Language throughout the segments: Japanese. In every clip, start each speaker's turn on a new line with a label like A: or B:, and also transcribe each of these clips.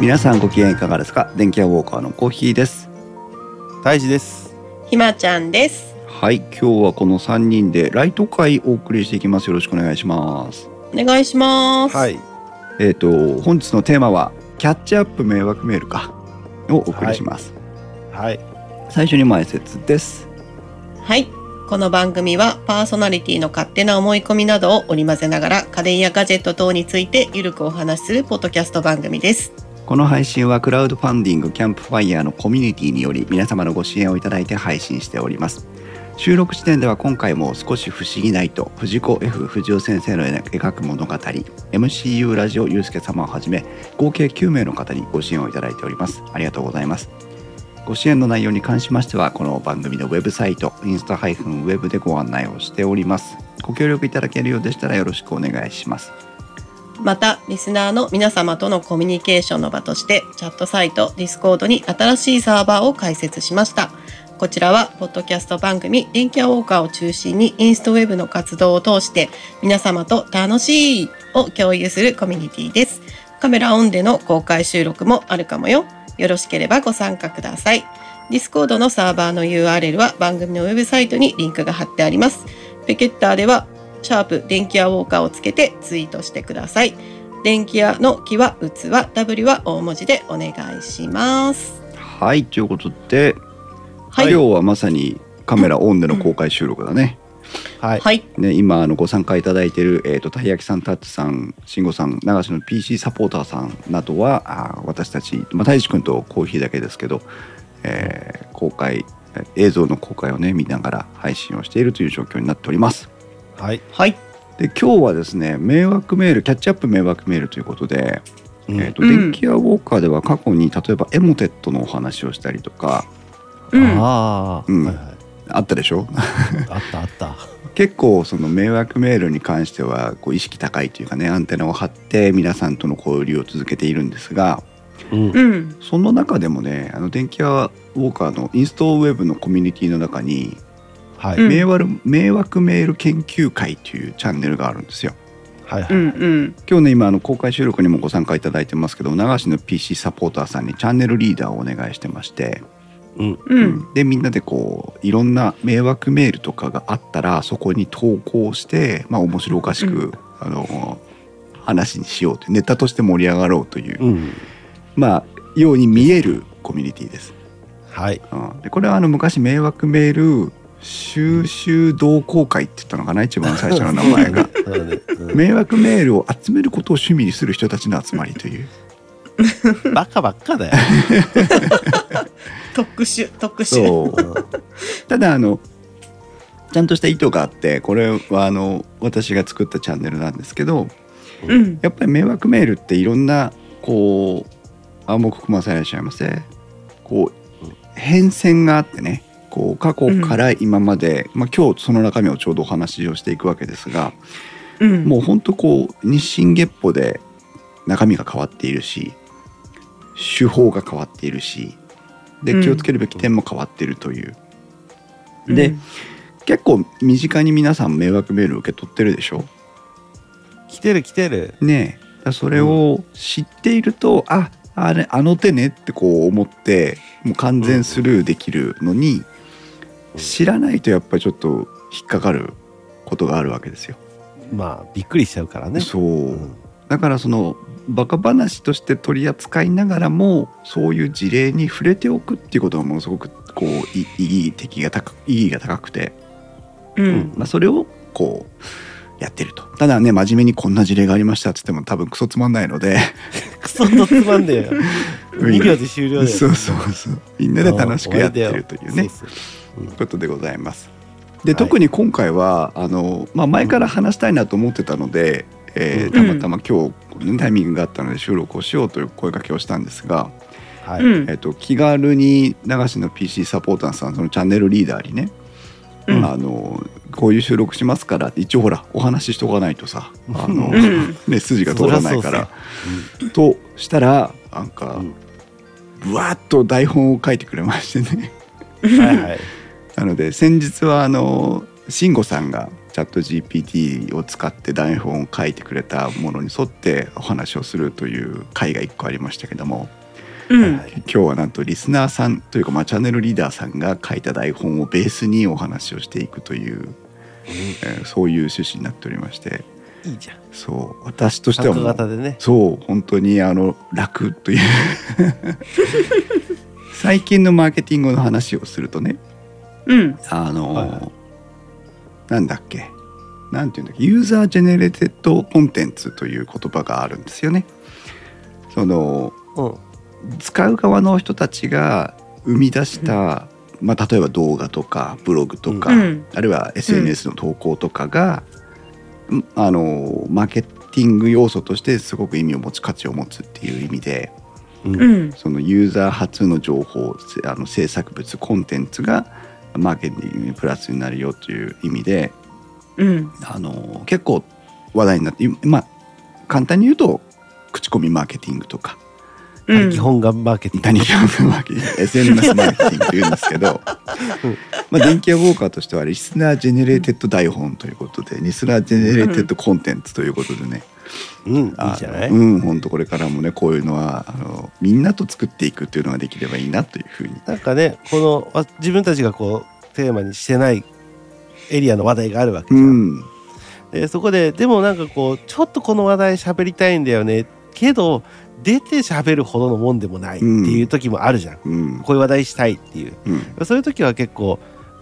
A: 皆さんご機嫌いかがですか電気屋ウォーカーのコーヒーです
B: 大事です。
C: ひまちゃんです。
A: はい今日はこの3人でライト会お送りしていきますよろしくお願いします
C: お願いします。
B: はい。
A: えっ、と本日のテーマはキャッチアップ迷惑メールかをお送りします、
B: はい。
A: 最初に前説です
C: はい。この番組はパーソナリティの勝手な思い込みなどを織り交ぜながら家電やガジェット等についてゆるくお話しするポッドキャスト番組です。
A: この配信はクラウドファンディングキャンプファイヤーのコミュニティにより皆様のご支援をいただいて配信しております収録時点では今回も少し不思議ないと藤子 F 不二雄先生の描く物語 MCU ラジオゆうすけ様をはじめ合計9名の方にご支援をいただいておりますありがとうございますご支援の内容に関しましてはこの番組のウェブサイトインスタ -web でご案内をしておりますご協力いただけるようでしたらよろしくお願いします
C: また、リスナーの皆様とのコミュニケーションの場として、チャットサイト、ディスコードに新しいサーバーを開設しました。こちらは、ポッドキャスト番組、電気屋ウォーカーを中心に、インストウェブの活動を通して、皆様と楽しいを共有するコミュニティです。カメラオンでの公開収録もあるかもよ。よろしければご参加ください。ディスコードのサーバーの URL は番組のウェブサイトにリンクが貼ってあります。ペケッターでは、シャープ電気屋ウォーカーをつけてツイートしてください。電気屋の木は器、W は大文字でお願いします。
A: はいということで
C: は
A: 今
C: い。
A: 日はまさにカメラオンでの公開収録だね。
B: はい。
C: はい。
A: ね今あのご参加いただいている、えー、とたいやきさん、タッチさん、しんごさん、流しの PC サポーターさんなどはあー私たち、まあ、大地君とコーヒーだけですけど、えー公開えー映像の公開をね見ながら配信をしているという状況になっております。
B: はい。
C: はい。
A: で今日はですね迷惑メールキャッチアップ迷惑メールということで、
B: うん
A: えーと
C: うん
A: 電気屋ウォーカーでは過去に例えばエモテットのお話をしたりとか
C: うん。
B: ああ、
A: うん
B: はいはい。
A: あったでしょ
B: あったあった。
A: 結構その迷惑メールに関してはこう意識高いというかねアンテナを張って皆さんとの交流を続けているんですが
B: うん。
C: うん。
A: その中でもねあの電気屋ウォーカーのインストウェブのコミュニティの中に
B: はい。
C: うん
A: 迷惑迷惑メール研究会というチャンネルがあるんですよ。
B: はいは
C: う
B: い。
C: ん。うん。
A: 今日ね今あの公開収録にもご参加いただいてますけど流しの PC サポーターさんにチャンネルリーダーをお願いしてまして、
B: うん。
C: うん。
A: でみんなでこういろんな迷惑メールとかがあったらそこに投稿して、まあ、面白おかしく、
C: う
A: あの話にしようというネタとして盛り上がろうという、
B: うん。
A: まあように見えるコミュニティです。
B: はい。。
A: うん、でこれはあの昔迷惑メール収集同好会って言ったのかな一番最初の名前が
B: そうだね。うん
A: 迷惑メールを集めることを趣味にする人たちの集まりという
B: バカばっかだよ。
C: 特殊、特殊。
A: そう
B: うん
A: ただあのちゃんとした意図があってこれはあの私が作ったチャンネルなんですけど
C: うん。
A: やっぱり迷惑メールっていろんなこうあもうここまさんいらっしゃいませこう変遷があってねこう過去から今まで、まあ、今日その中身をちょうどお話をしていくわけですが、
C: うん。
A: もうほんとこう日進月歩で中身が変わっているし手法が変わっているし
C: う
A: で
C: ん
A: 気をつけるべき点も変わっているという、
C: うん
A: で、結構身近に皆さん迷惑メール受け取ってるでしょ
B: 来てる来てる。
A: ねえだからそれを知っていると、ああれあの手ねってこう思ってもう完全スルーできるのに、
B: うん
A: 知らないとやっぱりちょっと引っかかることがあるわけですよ。
B: まあ、びっくりしちゃうからね。
A: そう、
B: うん
A: だからそのバカ話として取り扱いながらもそういう事例に触れておくっていうことがものすごくこうい意義的が高意義が高くて、
C: うん。
A: まあ、それをこうやってるとただね真面目にこんな事例がありましたっつっても多分クソつまんないので
B: クソとつまんねえよ。
A: うん
B: 2秒で終了だよ。
A: そうそうそうみんなで楽しくやってるというね
B: そうそううん
A: ことでございます。で
B: はい
A: 特に今回はあの、まあ、前から話したいなと思ってたので、えー
C: うん
A: たまたま今日、ね、タイミングがあったので収録をしようという声掛けをしたんですが、
B: は
C: う
B: い。
C: ん
A: えっ。と気軽に流しの PC サポーターさんそのチャンネルリーダーにね、
C: うん
A: あのこういう収録しますからって一応ほらお話ししとかないとさあの、
B: う
C: うん。
A: ね、筋が通らないから。としたらなんか、
B: うん
A: ぶわっと台本を書いてくれましてね
B: そりゃそうさはいはい。
A: なので先日はあの慎吾さんがチャット GPT を使って台本を書いてくれたものに沿ってお話をするという回が1個ありましたけども
C: う
B: はい
C: ん
B: はい
A: 今日はなんとリスナーさんというか、まあ、チャンネルリーダーさんが書いた台本をベースにお話をしていくという、えーそういう趣旨になっておりまして
B: いいじゃん。
A: そう私としては
B: 参
A: もう
B: 加型でね。
A: そう本当にあの楽と いう最近のマーケティングの話をするとね
C: うん
A: あの、
B: はいはい
A: なんだっけなんていうんだっけユーザージェネレテッドコンテンツという言葉があるんですよね。その
B: うん。
A: 使う側の人たちが生み出した、まあ、例えば動画とかブログとか、
C: うん
A: あるいは SNS の投稿とかが、んあのマーケティング要素としてすごく意味を持つ価値を持つっていう意味で
B: うん
C: うん
A: そのユーザー発の情報せあの制作物コンテンツがマーケティングにプラスになるよという意味で
C: うん
A: あの結構話題になって今まあ簡単に言うと口コミマーケティングとか
C: うん
B: 基本がマーケティン
A: 谷川のマーケティング SNS マーケティングというんですけど、
B: うん
A: まあ、電気屋ウォーカーとしてはリスナージェネレーテッド台本ということでリスナージェネレーテッドコンテンツということでね、
B: グ。うん。いい
A: あの
B: じゃない。
A: うん本当これからもねこういうのはあのみんなと作っていくっていうのができればいいなというふうに
B: なんかね、このわ自分たちがこうテーマにしてないエリアの話題があるわけ
A: う
B: じゃん。
A: ん
B: でそこででもなんかこうちょっとこの話題喋りたいんだよねけど出て喋るほどのもんでもないっていう時もあるじゃん、
A: うん
B: こういう話題したいっていう
A: うん
B: そういう時は結構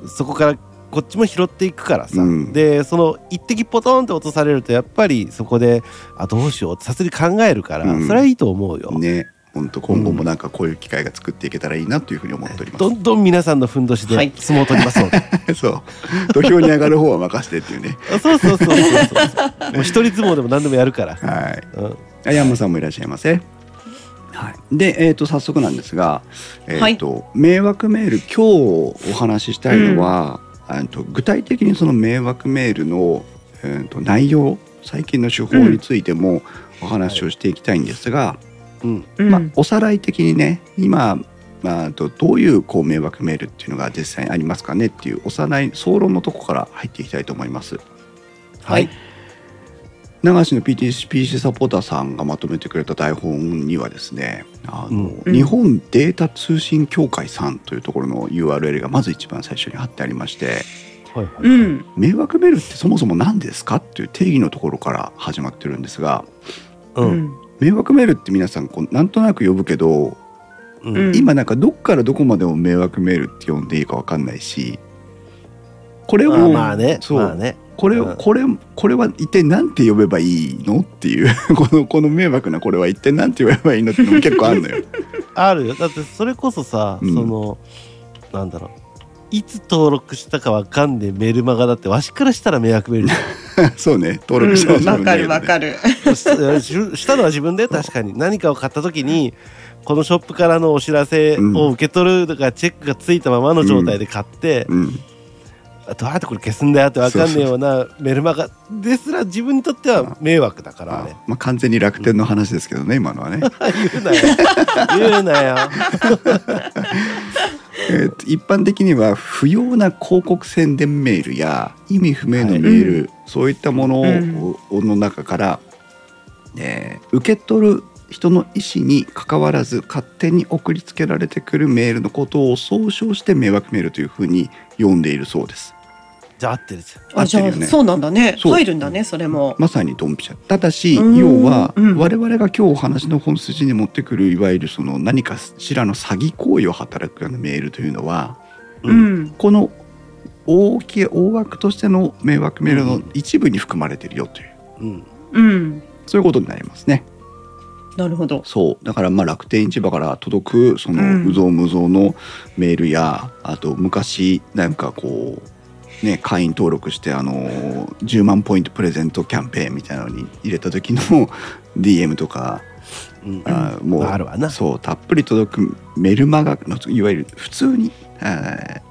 B: そこからこっちも拾っていくからさ、
A: うん
B: でその一滴ポトンって落とされるとやっぱりそこであどうしようってさすがに考えるから、
A: うん
B: それはいいと思うよ、
A: ね本当今後もなんかこういう機会が作っていけたらいいなというふうに思っております、
B: どんどん皆さんのふんどしで
C: はい
B: 相撲を取りますの で、
A: そう土俵に上がる方は任せてっていうね
B: あそうそうそうそうそうもう一人相撲でも何でもやるから、
A: はい
B: うん、
A: あ山さんもいらっしゃいませ。はい、で、えー、と早速なんですが、えーと迷惑メール今日お話ししたいのは、えーと具体的にその迷惑メールの、えー、と内容最近の手法についてもお話をしていきたいんですが、
B: うん、
C: うん
A: まあ、おさらい的にね今、まあ、とどういうこう迷惑メールっていうのが実際にありますかねっていうおさらい総論のとこから入っていきたいと思います。
C: はい
A: 流しの PTCPC サポーターさんがまとめてくれた台本にはですねあの、
C: うん
A: 日本データ通信協会さんというところの URL がまず一番最初に貼ってありまして
B: はいはい
C: うん
A: 迷惑メールってそもそも何ですかっていう定義のところから始まってるんですが
B: うん
A: 迷惑メールって皆さんこうなんとなく呼ぶけど、
B: うん
C: うん
A: 今なんかどっからどこまでも迷惑メールって呼んでいいかわかんないしこれを、
B: まあまあね
A: そう
B: まあね
A: これ、
B: うん
A: これこれは一体なんて呼べばいいのっていう このこの迷惑なこれは一体なんて呼べばいいのっていうのも結構あるの よ。
B: あるよだってそれこそさ、
A: うん
B: そのなんだろういつ登録したかわかんねえメルマガだってわしからしたら迷惑メールじゃん
A: そうね登録者は
C: うん
A: 自
C: わ
A: 分
C: か
A: だけ
C: る
A: ど
C: わ
A: ね。
C: かる
B: ししたのは自分で確かに何かを買った時にこのショップからのお知らせを受け取るとかチェックがついたままの状態で買って、
A: うん、
B: あどうやってこれ消すんだよってわかんねえようなメルマガですら自分にとっては迷惑だからあれ
A: あまあ完全に楽天の話ですけどね、今のはね。
B: 言うなよ言うなよ
A: えーと一般的には不要な広告宣伝メールや意味不明のメール、そういったものを、
C: うん
A: おの中から、えー受け取る人の意思に関わらず勝手に送りつけられてくるメールのことを総称して迷惑メールというふうに呼んでいるそうです。
B: じゃあ合ってるじゃん
A: 合
C: あ
A: っ
C: じ
A: てる
C: ゃ
A: よ
C: あ
A: ね
C: そうなんだね
A: そう
C: 入るんだねそれも
A: まさにドンピシャただし
C: うん
A: 要は
C: うん
A: 我々が今日お話の本筋に持ってくるいわゆるその何かしらの詐欺行為を働くようなメールというのは
C: うん
A: この大きい大枠としての迷惑メール
B: う
A: の
B: ん
A: 一部に含まれてるよという
B: うん
C: うん
A: そういうことになりますね
C: なるほど
A: そうだからまあ楽天市場から届くそ
C: うん
A: のうぞうむぞうのメールやあと昔なんかこうね会員登録してあの10万ポイントプレゼントキャンペーンみたいなのに入れた時の DM とか
B: うん
A: あーもう
B: あるわな
A: そうたっぷり届くメルマガのいわゆる普通に、えー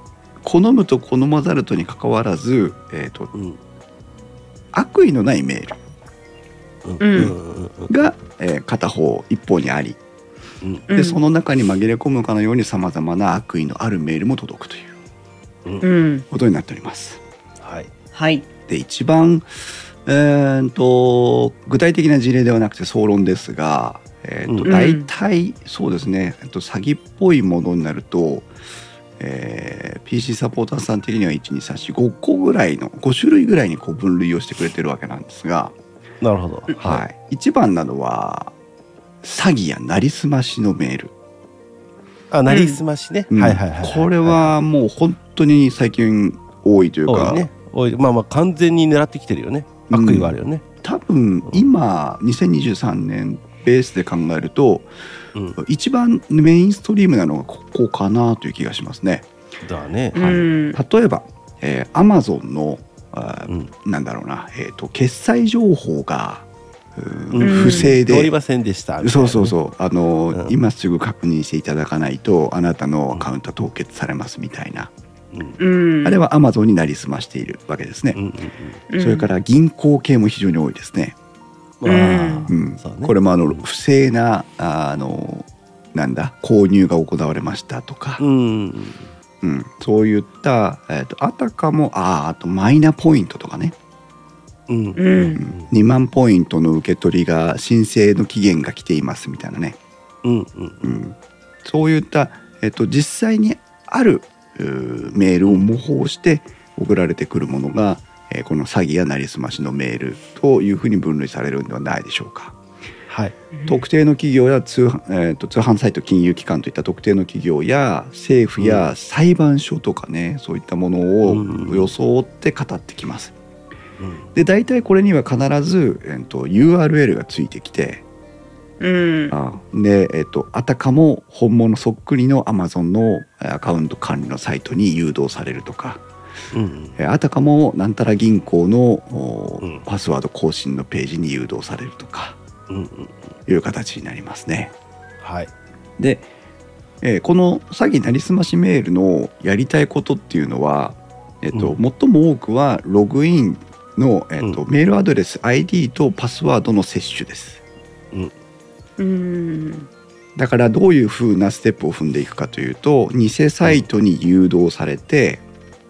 A: 好むと好まざるとにかかわらず、えー、と
B: うん
A: 悪意のないメー
B: うん
C: うん
B: うんうん
A: ルが、えー片方一方にあり
B: うん
A: で、
C: うん
A: その中に紛れ込むかのようにさまざまな悪意のあるメールも届くという
C: うん
A: ことになっております。
B: はい
C: はい
A: で一番、えー、と具体的な事例ではなくて総論ですが、えー、と
B: うん
A: 大体そうですね、えっと、詐欺っぽいものになると、えー PC サポーターさん的には12345個ぐらいの5種類ぐらいにこう分類をしてくれてるわけなんですが、
B: なるほど。
A: はい、一番なのは詐欺やなりすましのメール、
B: あ、なりすましね。
A: うん
B: はいはいはい。
A: これはもう本当に最近多いという
B: 多
A: か、
B: いね。多い。まあまあ完全に狙ってきてるよね。
A: うん
B: 悪意はあるよね。
A: 多分今2023年ベースで考えると
B: うん。
A: 一番メインストリームなのがここかなという気がしますね。
B: だね。
C: うん。
A: 例えば、えー、Amazon のあー
B: うん。
A: なんだろうな、えー、と決済情報がうーん
B: うん
A: 不正
B: 通り
A: で、
B: ませんでした。
A: そうそう
B: う。
A: そうあのー、
B: うん
A: 今すぐ確認していただかないとあなたのアカウントは凍結されますみたいな、
B: うん。
C: うん。
A: あれは Amazon になりすましているわけですね
B: う、ん
C: うん、
A: それから銀行系も非常に多いですね,、
B: うん。あ
A: う
B: ー
A: ん
B: そうね
A: これもあの不正なあーあのーなんだ購入が行われましたとか
B: う、ん。
A: うんそういった、えー、とあたかもあーあとマイナポイントとかね
B: うん。
C: う。
B: うんん。
A: 2万ポイントの受け取りが申請の期限が来ていますみたいなね、
B: うん。うん。
A: うん、そういった、えっと、実際にあるうーメールを模倣して送られてくるものが、えーこの詐欺やなりすましのメールというふうに分類されるんではないでしょうか。
B: はい。
A: 特定の企業や通販,、えーと通販サイト金融機関といった特定の企業や政府や裁判所とかね、そういったものを装って語ってきます。
B: うん
A: で大体これには必ず、えー、と URL がついてきて、
C: うん。
A: あで、えっと、あたかも本物そっくりの Amazon のえーアカウント管理のサイトに誘導されるとか
B: うん。
A: えーあたかもなんたら銀行のおー
B: うん
A: パスワード更新のページに誘導されるとか
B: うん。うん。
A: いう形になりますね。
B: はい。
A: で、えーこの詐欺なりすましメールのやりたいことっていうのは、えっと
B: う
A: 最も多くはログインの、えっと
B: う
A: メールアドレス ID とパスワードの接種です。
C: うん。
A: だからどういうふうなステップを踏んでいくかというと偽サイトに誘導されて、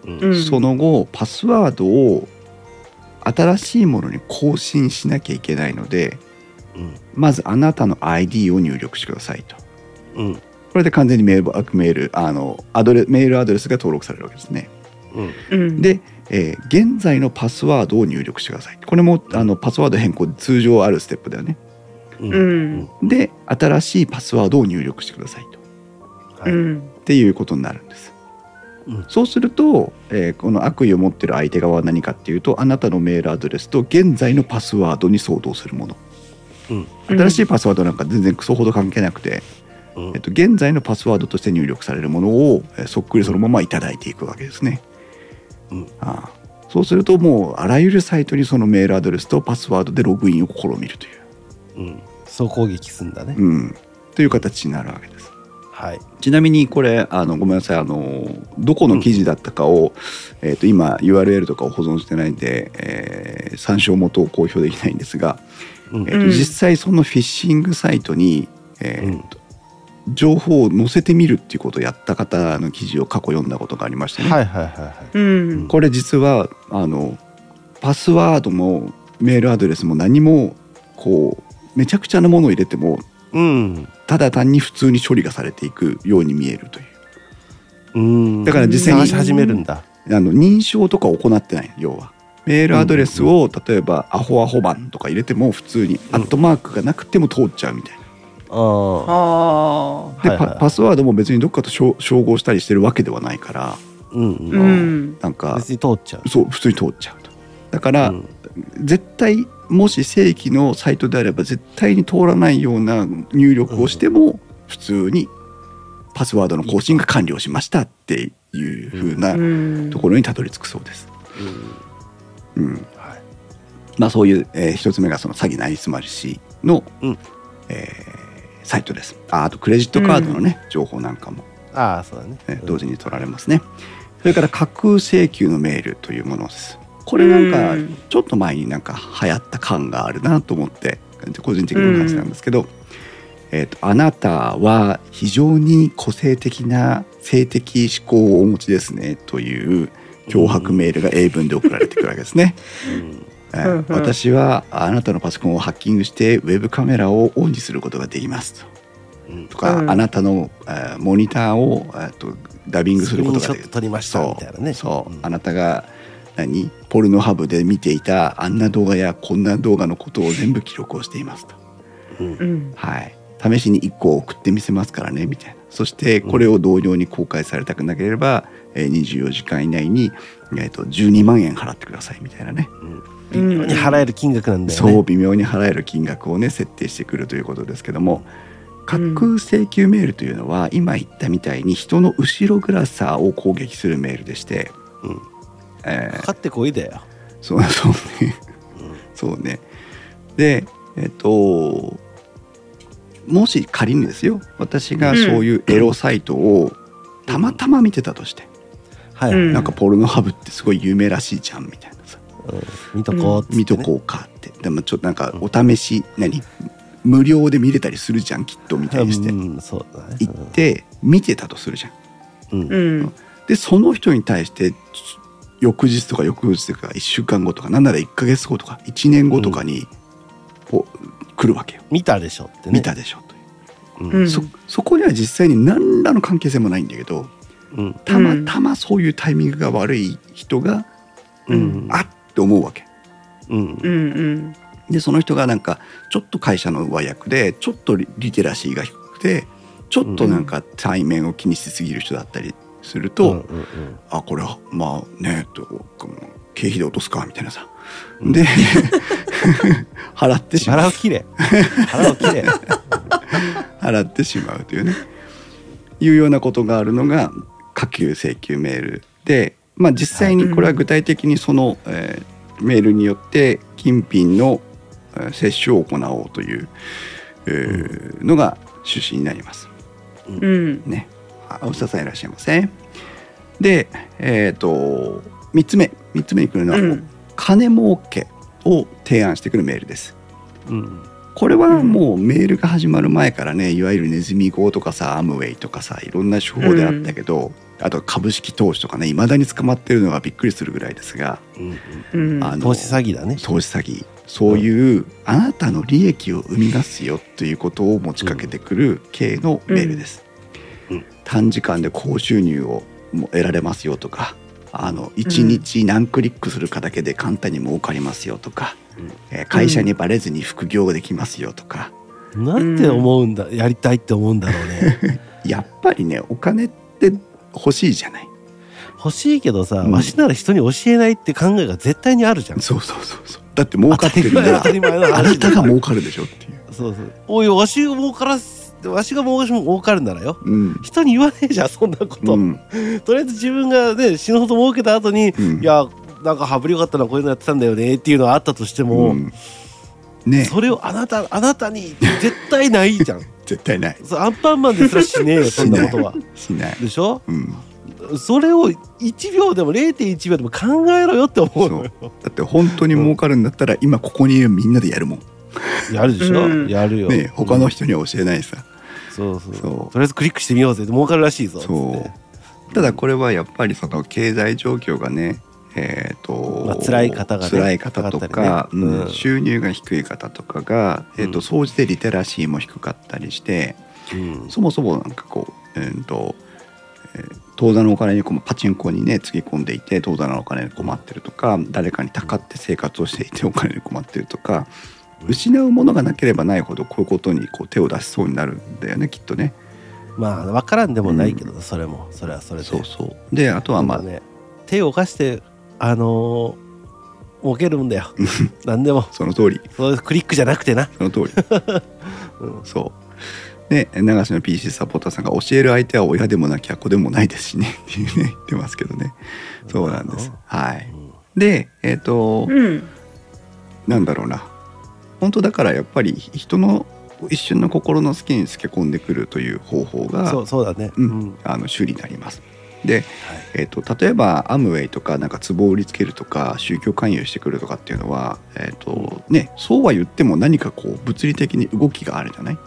B: うん
C: うん
A: その後パスワードを新しいものに更新しなきゃいけないので
B: うん。
A: まずあなたの ID を入力してくださいと
B: うん。
A: これで完全にメールバックメールあのアドレメールアドレスが登録されるわけですね
B: うん。
C: うん。、
A: で、えー現在のパスワードを入力してくださいこれもあのパスワード変更通常あるステップだよね
B: う。
C: うんん。
A: で新しいパスワードを入力してくださいと
B: は
C: う
B: い。
C: ん。
A: っていうことになるんです。
B: うん
A: そうすると、えーこの悪意を持ってる相手側は何かっていうとあなたのメールアドレスと現在のパスワードに相当するもの
B: うん。
A: 新し
C: い。
A: いパスワードなんか全然クソほど関係なくて、
B: うん
A: えっ。と、現在のパスワードとして入力されるものを、えーそっくりそのままいただいていくわけですね。
B: うん
A: ああそうするともうあらゆるサイトにそのメールアドレスとパスワードでログインを試みるとい
B: うん。そう攻撃すんだね。
A: う、うん、という形になるわけです。
B: はい。
A: ちなみにこれあのごめんなさいあのどこの記事だったかを、えー、と今 URL とかを保存してないんで、えー参照元を公表できないんですが、
B: うん
A: えーと
C: うん
A: 実際そのフィッシングサイトに、えー
B: うん
A: と情報を載せてみるっていうことをやった方の記事を過去読んだことがありましてね、
B: はいはいはいはい。
C: うん。
A: これ実はあのパスワードもメールアドレスも何もこうめちゃくちゃなものを入れても
B: うん。
A: ただ単に普通に処理がされていくように見えるという。
B: うん。
A: だから実
C: 際
B: 探
C: に
B: し始めるんだ。
A: あの認証とか行ってない要はメールアドレスを例えばアホアホ版とか入れても普通に
B: ん
A: アットマークがなくても通っちゃうみたいな、
B: ああ。
C: ああ。
A: で、
B: はいはい
A: パパスワードも別にどっかと照照合したりしてるわけではないから
B: うん
C: う
B: うん。
C: ん。
A: なんか
B: 別に通っちゃう。
A: そう普通に通っちゃうとだから、
B: うん
A: 絶対もし正規のサイトであれば絶対に通らないような入力をしても普通にパスワードの更新が完了しましたっていう風
C: う。
A: なんところにたどり着くそうです。
B: うん
A: うん
B: はい。
A: まあ、そういう、えー一つ目がその詐欺なりすましの、
B: うん
A: えーサイトですああとクレジットカードのね、情報なんかも、
B: ああ、そうだね
A: えー。同時に取られますねそれから架空請求のメールというものですこれなんか
C: うん
A: ちょっと前になんか流行った感があるなと思って個人的な感じなんですけど、えーと「あなたは非常に個性的な性的思考をお持ちですね」という脅迫メールが英文で送られてくるわけですね。
B: うん
A: えー
C: うんうん
A: 私はあなたのパソコンをハッキングしてウェブカメラをオンにすることができますと
B: うん
A: とか、
C: うん
A: あなたの、えーモニターを、えー、とダビング
B: ス
A: す
B: ク
A: る
B: リ
A: こ
B: ーン
A: と
B: シ
A: が
B: ョ
A: で
B: ッ
A: きる
B: ト撮りましたみたいなね。
A: そう、
B: ん
A: あなたが何ポルノハブで見ていたあんな動画やこんな動画のことを全部記録をしていますと
B: うん
C: うん
A: はい試しに1個送ってみせますからねみたいなそしてこれを同様に公開されたくなければ、えー24時間以内に、えー、と12万円払ってくださいみたいなね
B: 微妙に払える金額なんだよね。
A: そう微妙に払える金額をね設定してくるということですけども架空請求メールというのは、今言ったみたいに人の後ろ暗を攻撃するメールでして、
B: うん
A: えー
B: かかってこいだよ。
A: そう そうね、そうねでえっともし仮にですよ私がそういうエロサイトをたまたま見てたとして、
B: はい。
C: うん
A: なんかポルノハブってすごい有名らしいじゃんみたいなさ
B: 見とこうっつってね。
A: 見とこうかってでもちょっとなんかお試し何無料で見れたりするじゃんきっとみたいにして
B: うん、そうだね。
A: 行って見てたとするじゃん
B: うん
C: う。ん
A: でその人に対して翌日とか翌々日とか1週間後とかなんなら1ヶ月後とか1年後とかに、こう来るわけよ
B: 見たでしょってね。
A: 見た。でしょという、
B: う
C: うん
B: ん。
A: そそこには実際に何らの関係性もないんだけど
B: うん。
A: たまたまそういうタイミングが悪い人が、
B: うん。
A: あっって思うわけ
B: うん
C: う。んうん
A: でその人がなんかちょっと会社の上役でちょっとリリテラシーが低くてちょっとなんか対面を気にしすぎる人だったりすると、
B: うんうんうん
A: あこれはまあねとこう経費で落とすかみたいなさ、
B: うん
A: で 払ってしまう
B: 腹を切 れ。腹を切れ。
A: 払ってしまうというねいうようなことがあるのが下級請求メールで、まあ、実際にこれは具体的にその、えーメールによって金品のえー接種を行おうという、えーのが趣旨になります。
C: うん
A: ね、あお医者さんいらっしゃいませ。で、えっと3つ目3つ目に来るのは、
C: うん
A: 金儲けを提案してくるメールです。
B: うん。
A: これはもうメールが始まる前からねいわゆるネズミ号とかさアムウェイとかさいろんな手法であったけど、あと株式投資とかねいまだに捕まってるのがびっくりするぐらいですが、
B: うん
C: うん
A: あの
B: 投資詐欺だね。
A: 投資詐欺そういう、あなたの利益を生み出すよということを持ちかけてくる系のメールです、
B: うんうん
A: 短時間で高収入をも得られますよとかあの1日何クリックするかだけで簡単に儲かりますよとか、
B: うん
A: えー会社にバレずに副業ができますよとか、
B: なんて思うんだ、やりたいって思うんだろう ね。
A: やっぱりねお金って欲しいじゃない
B: 欲しいけどさ、
A: うん
B: わしなら人に教えないって考えが絶対にあるじゃん。
A: そうそうそうそうだって儲かってるんなら
B: 当たり前の
A: あな
B: 話だ
A: たが儲かるでしょっていう、
B: そうそう。おい、わしが儲からす、わしが儲儲かるならよ。
A: うん
B: 人に言わねえじゃん、そんなこと。
A: うん
B: とりあえず自分がね、死ぬほど儲けた後に、
A: うん
B: いや、なんか羽振り良かったな、こういうのやってたんだよねっていうのはあったとしても、
A: うんね
B: それをあなた、あなたに絶対な いじゃん。
A: 絶対ない
B: そうアンパンマンですらしねえよ、そんなことは。
A: しない、
B: でしょ
A: うん、
B: それを1秒でも0.1秒でも考えろよって思うのよ。
A: だって本当に儲かるんだったら今ここにいるみんなでやるもん、
B: やるでしょ、
C: うん
B: やるよ。
A: ね、他の人には教えないさ、
B: そうそう
A: そう
B: とりあえずクリックしてみようぜ儲かるらしいぞ
A: そ
B: つって
A: うただこれはやっぱりその経済状況がねえーと
B: まあ辛い方がね
A: 辛い方と
B: 高か
A: か
B: ったりねうん
A: うん収入が低い方とかが、えー、と
B: うん
A: 総じてリテラシーも低かったりして、
B: うん
A: そもそもなんかこう、えーとえー当座のお金にこうパチンコにねつぎ込んでいて当座のお金に困ってるとか誰かにたかって生活をしていてお金に困ってるとか失うものがなければないほどこういうことにこう手を出しそうになるんだよねきっとね。
B: まあ分からんでもないけど、それもそれはそれで
A: そうそうであとはまあ、
B: なんかね手を貸してあのー、儲けるんだよ 何でも
A: その通り
B: そういうクリックじゃなくてな
A: その通り。そうで流しの PC サポーターさんが教える相手は親でもなきゃ子でもないですしねっていうね言ってますけどねそうなんです。はい、でえっ、と、
C: うん
A: なんだろうな本当だからやっぱり人の一瞬の心の隙につけ込んでくるという方法が
B: そうそうだね
A: うん
B: うん
A: あの主になります。で、えっと例えばアムウェイとかなんか壺を売りつけるとか宗教勧誘してくるとかっていうのは、えっとね、そうは言っても何かこう物理的に動きがあるじゃない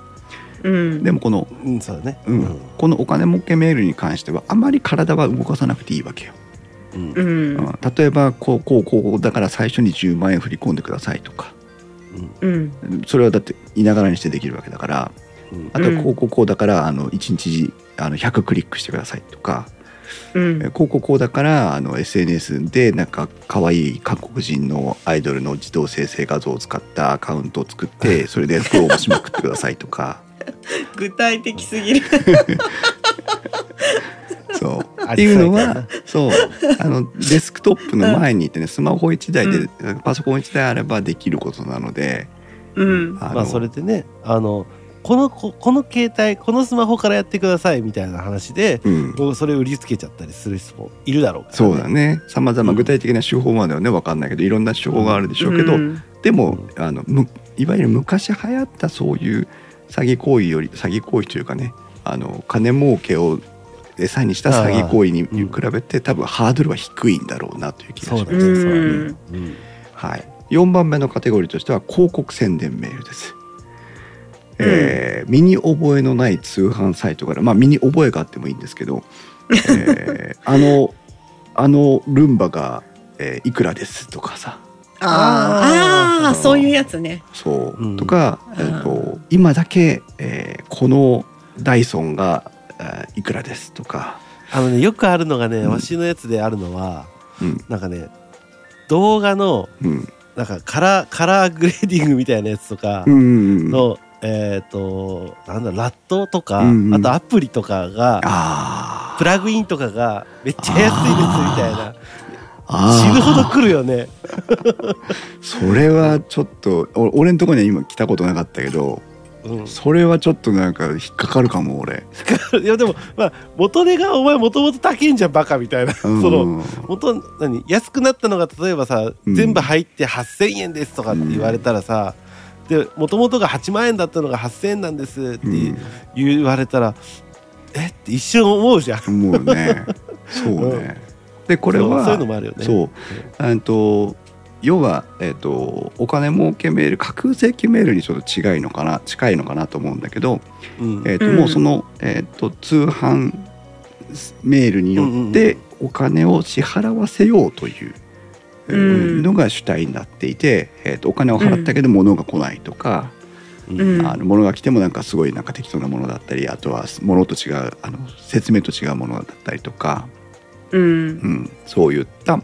C: うん
A: でもこの、
B: うんそうだね
A: うんこのお金儲けメールに関してはあまり体は動かさなくていいわけよ。
B: ううん
C: う
A: うん
C: ん
A: 例えばこうこうこうだから最初に10万円振り込んでくださいとか
C: うん
A: それはだっていながらにしてできるわけだから
B: うん
A: あとはこうこうこうだからあの1日あの100クリックしてくださいとか
C: うん
A: こうこうこうだからあの SNS でなんか可愛い韓国人のアイドルの自動生成画像を使ったアカウントを作ってそれでフォローしまくってくださいとか
C: 具体的すぎる
A: そう
B: あ
A: っていうの
B: 実際
A: は
B: だ
A: そうあのデスクトップの前にいてねスマホ1台でパソコン1台あればできることなので
C: うん
A: あの
B: まあそれでねあのこのここの携帯このスマホからやってくださいみたいな話で
A: うん
B: 僕それ売りつけちゃったりする人もいるだろうから、
A: そうだ
B: ね
A: ねさまざま
B: うん
A: 具体的な手法まではね分かんないけどいろんな手法があるでしょうけど、
C: うん
A: でもあのむいわゆる昔流行ったそういう詐欺行為より詐欺行為というかねあの金儲けを餌にした詐欺行為に
B: ーうん
A: 比べて多分ハードルは低いんだろうなという気がし
B: そ
A: ま
B: う
A: す
B: だ。ねそうだね
C: うん
B: うん
A: はい、4番目のカテゴリーとしては広告宣伝メールです。えー身に覚えのない通販サイトから、まあ、身に覚えがあってもいいんですけ ど、えーあのあのルンバが、えーいくらですとかさ
C: あーあ
B: あー
C: ーそういうやつね
A: そううんとか、えーと今だけ、えーこのダイソンが、えーいくらですとか、
B: あのねよくあるのがね、
A: うん
B: わしのやつであるのは
A: うん
B: なんかね動画の
A: うん
B: なんかカラーカラーグレーディングみたいなやつとか
A: うんうんうん、
B: の、えっ、となんだラットとか、
A: うんうん
B: あとアプリとかが
A: あ
B: プラグインとかがめっちゃ安いですみたいな
A: あ
B: 死ぬほ ど来るよね
A: それはちょっとお俺のところには今来たことなかったけど
B: うん
A: それはちょっとなんか引っかかるかも 俺、
B: いやでもまあ元値がお前もともと高いんじゃんバカみたいなそ
A: うん
B: の元何安くなったのが例えばさ、
A: うん
B: 全部入って8000円ですとかって言われたらさ、で元々が8万円だったのが8000円なんですって
A: う
B: 言われたら、えって一瞬思うじゃん。
A: ん、もう ねそうね、
B: うん
A: でこれは
B: そうそういうのもあるよね。
A: そうあのと要は、えっとお金儲けメール架空請求メールにちょっと違いのかな近いのかなと思うんだけど、
B: うん
A: えっと
C: うん
A: もうその、えっと通販メールによっ
B: う
A: て
B: ん
A: お金を支払わせようというえ
C: うん
A: ーのが主体になっていて、えっとお金を払ったけど物が来ないとか、
C: うん
A: あの物が来てもなんかすごいなんか適当なものだったりあとは物と違うあの説明と違うものだったりとか、
C: うん
A: うん、そういった、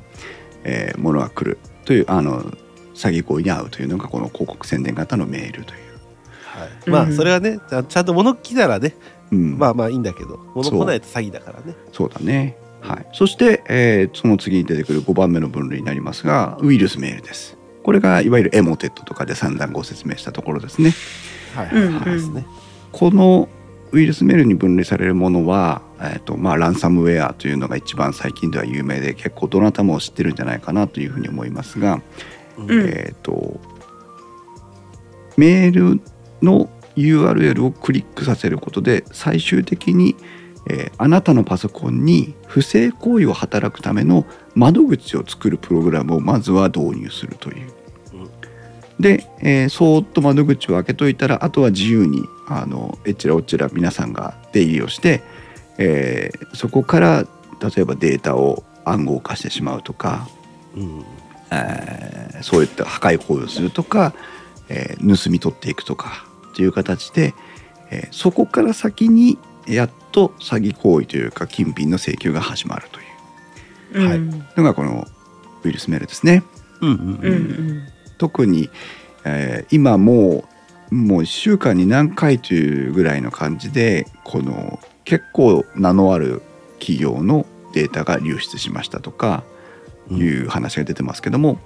A: えーものが来るというあの詐欺行為に遭うというのがこの広告宣伝型のメールという。
B: はいま
C: う
B: あ
C: ん
B: それはねちゃんちゃんと物来たらね
A: うん
B: まあまあいいんだけど物
A: そう
B: 来ないと詐欺だからね。
A: そうだね、はい、そして、えーその次に出てくる5番目の分類になりますがウイルスメールです。これがいわゆるエモテットとかで散々ご説明したところですね。
B: はい
C: うん
B: はいですね。
A: このウイルスメールに分類されるものは、えーとまあ、ランサムウェアというのが一番最近では有名で結構どなたも知ってるんじゃないかなというふうに思いますが、
C: うん
A: えー、とメールの URL をクリックさせることで最終的に、えーあなたのパソコンに不正行為を働くための窓口を作るプログラムをまずは導入するという。
B: うん
A: で、えーそーっと窓口を開けといたらあとは自由にあのえちらおちら皆さんが出入りをして、えーそこから例えばデータを暗号化してしまうとか、
B: うん
A: えーそういった破壊行為をするとか、えー盗み取っていくとかという形で、えーそこから先にやっと詐欺行為というか金品の請求が始まるという
C: うん
A: はいのがこのウイルスメールですね。
B: うん
C: うん
B: うん
A: 特に、えー今もうもう1週間に何回というぐらいの感じでこの結構名のある企業のデータが流出しましたとか、
B: うん
A: いう話が出てますけども、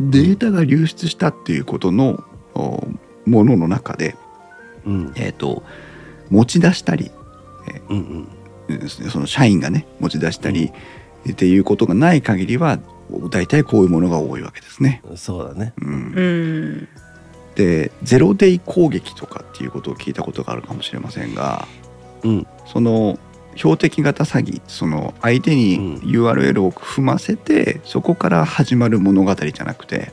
A: データが流出したっていうことのおものの中で、
B: うん
A: えー、と持ち出したり
B: うんうん
A: うんその社員がね持ち出したり、っていうことがない限りは大体こういうものが多いわけですね。
B: そうだね。
A: うん
C: うんうん
A: でゼロデイ攻撃とかっていうことを聞いたことがあるかもしれませんが、
B: うん
A: その標的型詐欺その相手に
B: うん
A: URL を踏ませて、そこから始まる物語じゃなくて、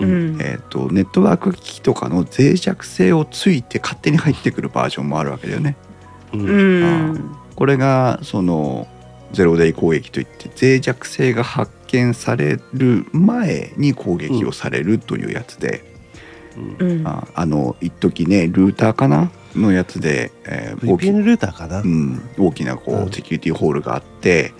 C: うん
A: えー、とネットワーク機器とかの脆弱性をついて勝手に入ってくるバージョンもあるわけだよね。
B: うん
C: うん
A: これがそのゼロデイ攻撃といって脆弱性が発見される前に攻撃をされるというやつで、
B: うん
C: うん。
A: ああの一時ねルーターかなのやつで、えー大き
B: VPN ルーターかな、
A: うん、大きなこう、
B: うん
A: セキュリティホールがあって、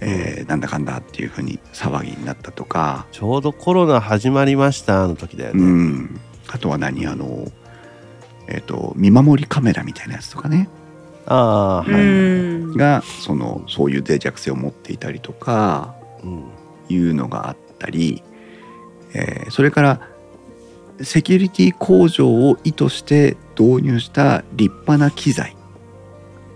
A: えーなんだかんだっていうふうに騒ぎになったとか、
B: ちょうどコロナ始まりましたの時だよ
A: う
B: ね、
A: ん、あとは何あの、えっと見守りカメラみたいなやつとかね
B: ああ
C: う
B: はい、
C: ん。
A: がそのそういう脆弱性を持っていたりとか
B: うん
A: いうのがあったり、えーそれからセキュリティ向上を意図して導入した立派な機材、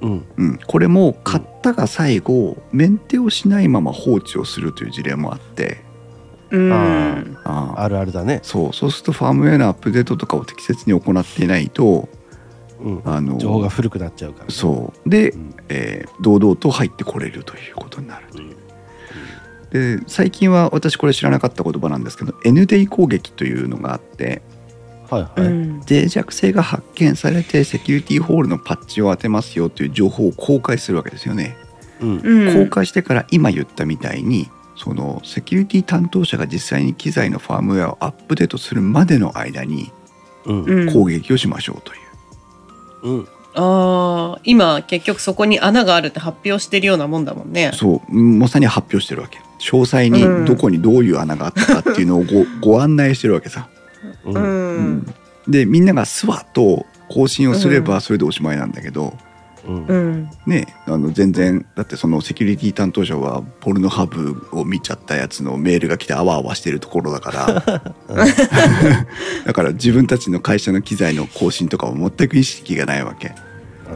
B: うん
A: うん、これも買ったが最後メンテをしないまま放置をするという事例もあって
C: うん
A: あ
B: あ
A: ー
B: あるあるだね、
A: そうそうするとファームウェアのアップデートとかを適切に行っていないと
B: うん、
A: あの
B: 情報が古くなっちゃうから、ね、
A: そうで、
B: うん
A: えー堂々と入ってこれるということになるという。で最近は私これ知らなかった言葉なんですけど N デイ攻撃というのがあって
B: はいはい、
C: うん。
A: 脆弱性が発見されてセキュリティホールのパッチを当てますよという情報を公開するわけですよね。
B: うん
C: うん。
A: 公開してから今言ったみたいにそのセキュリティ担当者が実際に機材のファームウェアをアップデートするまでの間に
B: うん
C: うん。
A: 攻撃をしましょうという。
B: うん
C: ああ、今結局そこに穴があるって発表してるようなもんだもんね。
A: そううんまさに発表してるわけ詳細
C: う
A: に
C: ん
A: どこにどういう穴があったかっていうのをごご案内してるわけさ、
B: うん
C: う
B: うん
C: ん。
A: でみんながスワッと更新をすれ
C: う
A: ばそれでおしまいなんだけど、
C: うん。うん。
A: ねあの全然だってそのセキュリティ担当者はポルノハブを見ちゃったやつのメールが来てあわあわしてるところだからだから自分たちの会社の機材の更新とかを全く意識がないわけ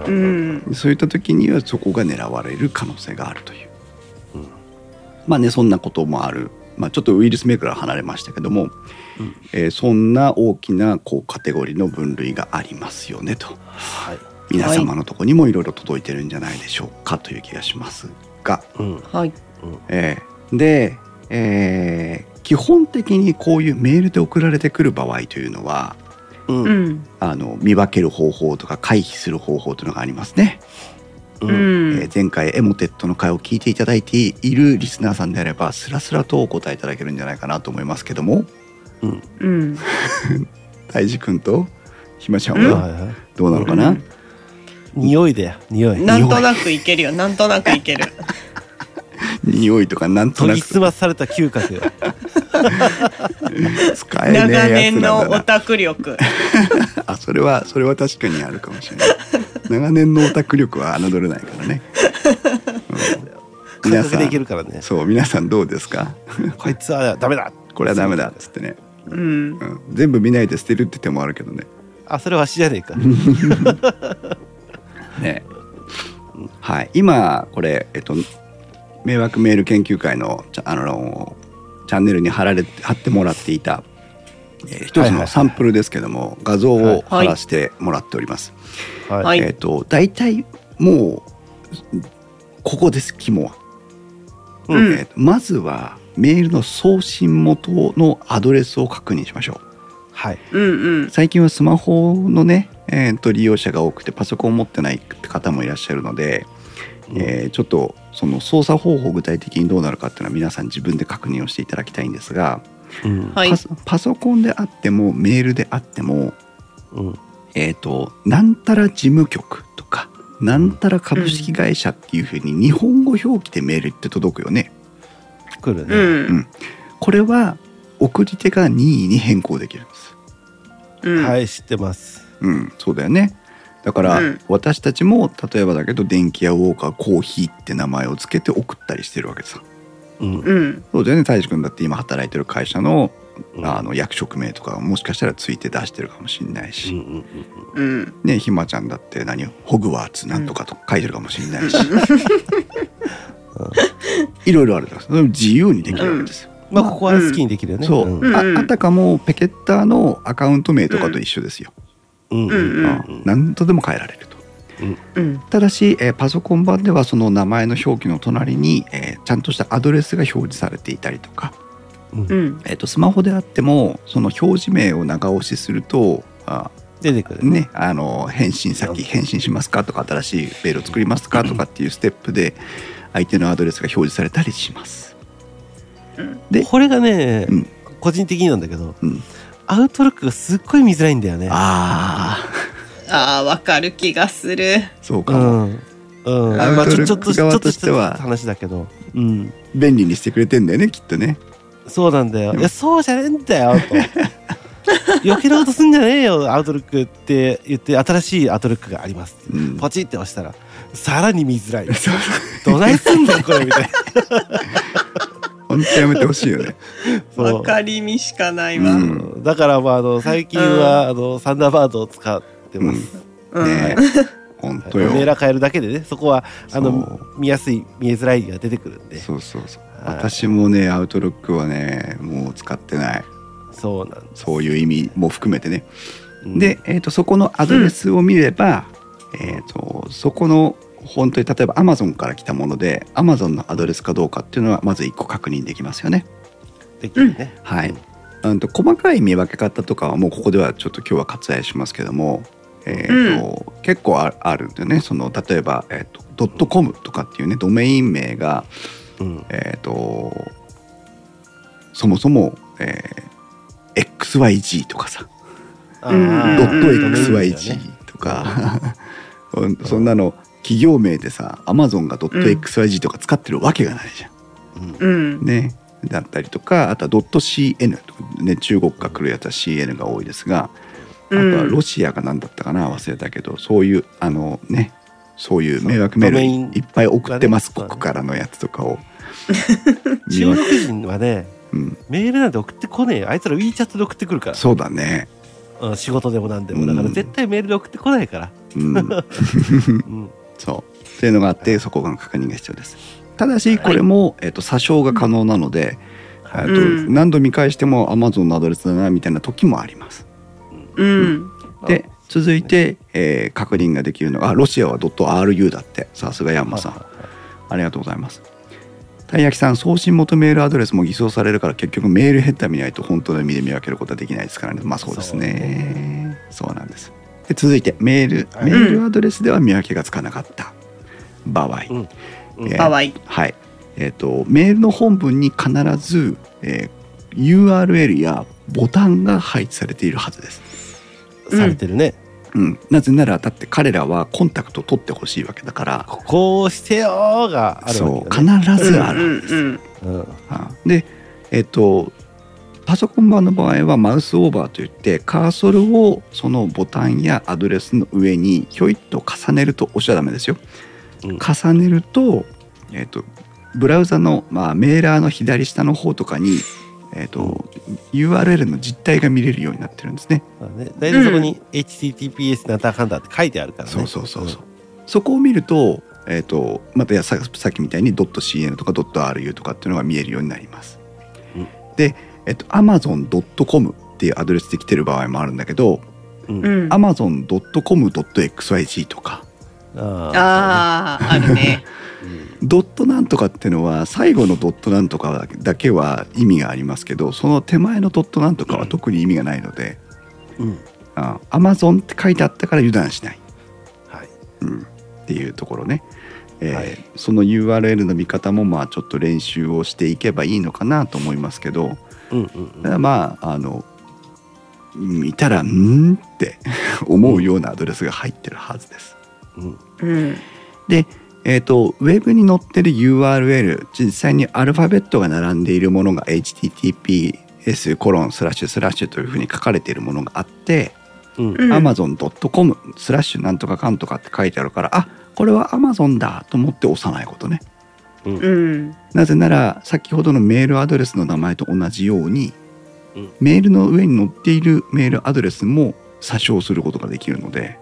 C: うん。
A: そういった時にはそこが狙われる可能性があるという、まあねそんなこともある、まあ、ちょっとウイルスメーカーから離れましたけども、
B: うん
A: えーそんな大きなこうカテゴリーの分類がありますよねと
B: はい
A: 皆様のとこにもいろいろ届いてるんじゃないでしょうかという気がしますが、
B: うん
C: はい。
A: えーで、えー基本的にこういうメールで送られてくる場合というのは
B: うん
C: う
B: うん
C: ん。
A: あの見分ける方法とか回避する方法というのがありますね。
C: う
A: えー
C: ん。
A: 前回エモテットの回を聞いていただいているリスナーさんであればスラスラとお答えいただけるんじゃないかなと思いますけども
B: うん
C: うん。
A: 大く君とひまちゃん
B: は
A: はい
B: はい
A: どうなのかな、
C: うん
B: 匂いだよ匂い
C: なんとなくいけるよ。なんとなくいける。
A: 匂いとかなんと
B: 研
A: な
B: ぎ
A: く
B: 澄まされた嗅覚よ
A: 使えね
C: 長
A: えやつ
C: 年の
A: なん
C: オ
A: だな
C: タク力。
A: あそれはそれは確かにあるかもしれない長年のオタク力は侮れないからね、うん
B: 感
A: 皆
B: 覚
A: さ
B: でいける
A: ん
B: からね
A: そう皆さんどうですか
B: こいつはダメだ
A: これはダメだっつってね、
C: うん。
A: うん、全部見ないで捨てるって手もあるけどね
B: あそれわしじゃねえか
A: ね、はい、今これ、えっと、迷惑メール研究会のチャあのチャンネルに貼られ貼ってもらっていた、えー一
B: は
A: つ
B: いはいは
A: の
B: い
A: サンプルですけども、画像
B: は
A: を
B: い
A: 貼らせてもらっております。
C: は
B: はいい
A: えっと大体もうここです肝は、
B: う
C: うん
A: えーとまずはメールの送信元のアドレスを確認しましょう。
B: はい
C: うん
A: 最近はスマホのね、えー、と利用者が多くてパソコンを持ってない方もいらっしゃるので、えーちょっとその操作方法具体的にどうなるかっていうのは皆さん自分で確認をしていただきたいんですが、
B: うん
C: はい
A: パソパソコンであってもメールであっても、
B: うん
A: えー、となんたら事務局とかなんたら株式会社っていうふうに日本語表記でメールって届くよね。
B: 来る
C: うん。う
B: ね
C: ん。
A: これは送り手が任意に変更できるんです。
C: うん。
B: はい知ってます
A: うん、そうだよね。だから、
C: うん
A: 私たちも例えばだけど電気屋ウォーカーコーヒーって名前をつけて送ったりしてるわけさ。
B: うん
C: うん。
A: そうだよね太一君だって今働いてる会社の,、
B: うん
A: あの役職名とかもしかしたらついて出してるかもしれない
B: うん
A: し、
B: うんうん
C: うん。
A: ねひまちゃんだって何ホグワーツなんとかとか書いてるかもしれ ないし、いろいろあるからそれも自由にできるわけですよ。
B: まあここは好きにできるよね
A: そう、
B: うん
A: あ
C: うん
A: あたかもペケッターのアカウント名とかと一緒ですよ。
B: うんう
C: う
B: ん
C: ん。うん。
A: うん何とでも変えられると。
C: うん。
A: ただし、えーパソコン版ではその名前の表記の隣に、えーちゃんとしたアドレスが表示されていたりとか、
C: うん。
A: えー、とスマホであってもその表示名を長押しするとあ
B: 出てくる
A: ね、あの返信先返信しますかとか新しいメールを作りますかとかっていうステップで相手のアドレスが表示されたりします。で
B: これがね、
A: うん
B: 個人的になんだけど、
A: うん
B: アウトロックがすっごい見づらいんだよね。
A: あ
C: ああ、わかる気がする。
A: あ、そう
B: う
A: かも。
B: ん。うん、
A: アウ
B: まあ
A: ト
B: ち
A: ロ
B: ょちょ
A: ッ
B: っと
A: ク
B: ちょ
A: 側
B: っ
A: と
B: と
A: し
B: してた
A: は
B: 話だけど、うん、
A: 便利にしてくれてんだよね、きっと ね。
B: そうなんだよ。
A: うん
B: いやそうじゃねえんだ よと。余計なことすんじゃねえよアウトロックって言って新しいアウトロックがあります。
A: うん。
B: ポチって押したらさらに見づらい。
A: そう
B: どないすんだよこれみ たいな。
A: 本当やめてほしいよね。
B: そう
C: わかりみしかないわ。
A: う
C: うんん。
B: うんだからまああの最近は、あのサンダーバードを使ってます。
A: ねえ。本
B: はい
A: 当
B: メー
A: よ。
B: ラー変えるだけでねそこはあ
A: そ
B: の見やすい見えづらいが出てくるんで
A: そうそうそう。
B: はい
A: 私もね、アウトロックはね、もう使ってない。
B: そうなんです
A: そういう意味も含めてね。
B: うん
A: で、えー、とそこのアドレスを見れば、えー、とそこの本当に例えば Amazon から来たもので Amazon のアドレスかどうかっていうのはまず1個確認できますよね。
B: できるね
A: はい、うんと細かい見分け方とかはもうここではちょっと今日は割愛しますけども、えーと結構ああるんだよねその例えば、えーと、ドットコムとかっていうねドメイン名が、
B: うん
A: えー、とそもそも、えー XYG とかさ
B: あ
C: うん
B: ー
A: ド
C: ド
A: ッ
C: ッ
A: ト
C: ト
A: XYG とか、 うんそんなの企業名でさアマゾンがドット XYG とか使ってるわけがないじゃ
B: うん
A: ん。ねだったりとかあとはドット CN とか、ね、中国から来るやつは CN が多いですがあとはロシアが何だったかな忘れたけどそういうあのねそういう迷惑メール
B: ドメイン
A: いっぱい送ってます、
B: がね
A: ここからのやつとかを見
B: 中
A: 分け
B: 国人はね
A: うん、
B: メールなんて送ってこねえよあいつら WeChat で送ってくるから
A: そうだね、
B: うん仕事でもなんでもだから
A: うん
B: 絶対メールで送ってこないから
A: うん、
B: うん
A: そうっていうのがあってそこが確認が必要ですただしこれも、えっと詐称が可能なので、えっと
C: うん
A: 何度見返しても Amazon のアドレスだなみたいな時もあります
C: うん。
A: で続いて、えー確認ができるのがあロシアは .ru だってさすがヤンマさんありがとうございますたい焼きさん送信元メールアドレスも偽装されるから結局メールヘッダー見ないと本当の意味で見分けることはできないですからねまあそうですねそうなんですで続いてメール
B: はい
A: メールアドレスでは見分けがつかなかった場合、
B: うんうん
A: えー
C: ハワイ。
A: はい。えっ、と、メールの本文に必ず、えー URL やボタンが配置されているはずです。
C: うん
B: されてるね
A: うん。なぜなら、だって彼らはコンタクトを取ってほしいわけだから、
B: ここをしてよーがある
A: そう、
B: わけ
A: 必
B: だね
A: ずある。
C: うん
B: うんうん
A: あで、えっ、と、パソコン版の場合はマウスオーバーといってカーソルをそのボタンやアドレスの上にひょいっと重ねると押しちゃダメですよ
B: うん
A: 重ねると,、えー、とブラウザの、まあ、メーラーの左下の方とかに、えーと URL の実態が見れるようになってるんですね。
B: まあね大体そこに HTTPS なんたらかんだって書いてあるからね
A: そうそうそうそうそこを見ると,、えー、とまたやささっきみたいに .cn とか .ru とかっていうのが見えるようになります。
B: うん
A: で、えー、と amazon.com っていうアドレスで来てる場合もあるんだけど、
B: うん
C: う
B: うん
C: ん。あ
A: amazon.com.xyg とか
B: あ
C: あー、あ
B: あそ
C: るね。
B: うねうん
A: ドットなんとかっていうのは最後のドットなんとかだけは意味がありますけどその手前のドットなんとかは特に意味がないので、
B: うん
A: あ Amazon って書いてあったから油断しない、
B: はい
A: うん、っていうところね、えー
B: はい
A: その URL の見方もまあちょっと練習をしていけばいいのかなと思いますけど
B: うんうん
A: ただまああの見たら「ん?」って 思うようなアドレスが入ってるはずです。
B: うん
C: うん。
A: えー、とウェブに載ってる URL 実際にアルファベットが並んでいるものが https コロンスラッシュスラッシュというふうに書かれているものがあって、
B: うん
C: うん
A: amazon.com スラッシュなんとかかんとかって書いてあるからあこれは Amazon だと思って押さないことね
C: うん。
A: なぜなら先ほどのメールアドレスの名前と同じように、
B: うん
A: メールの上に載っているメールアドレスも詐称することができるので、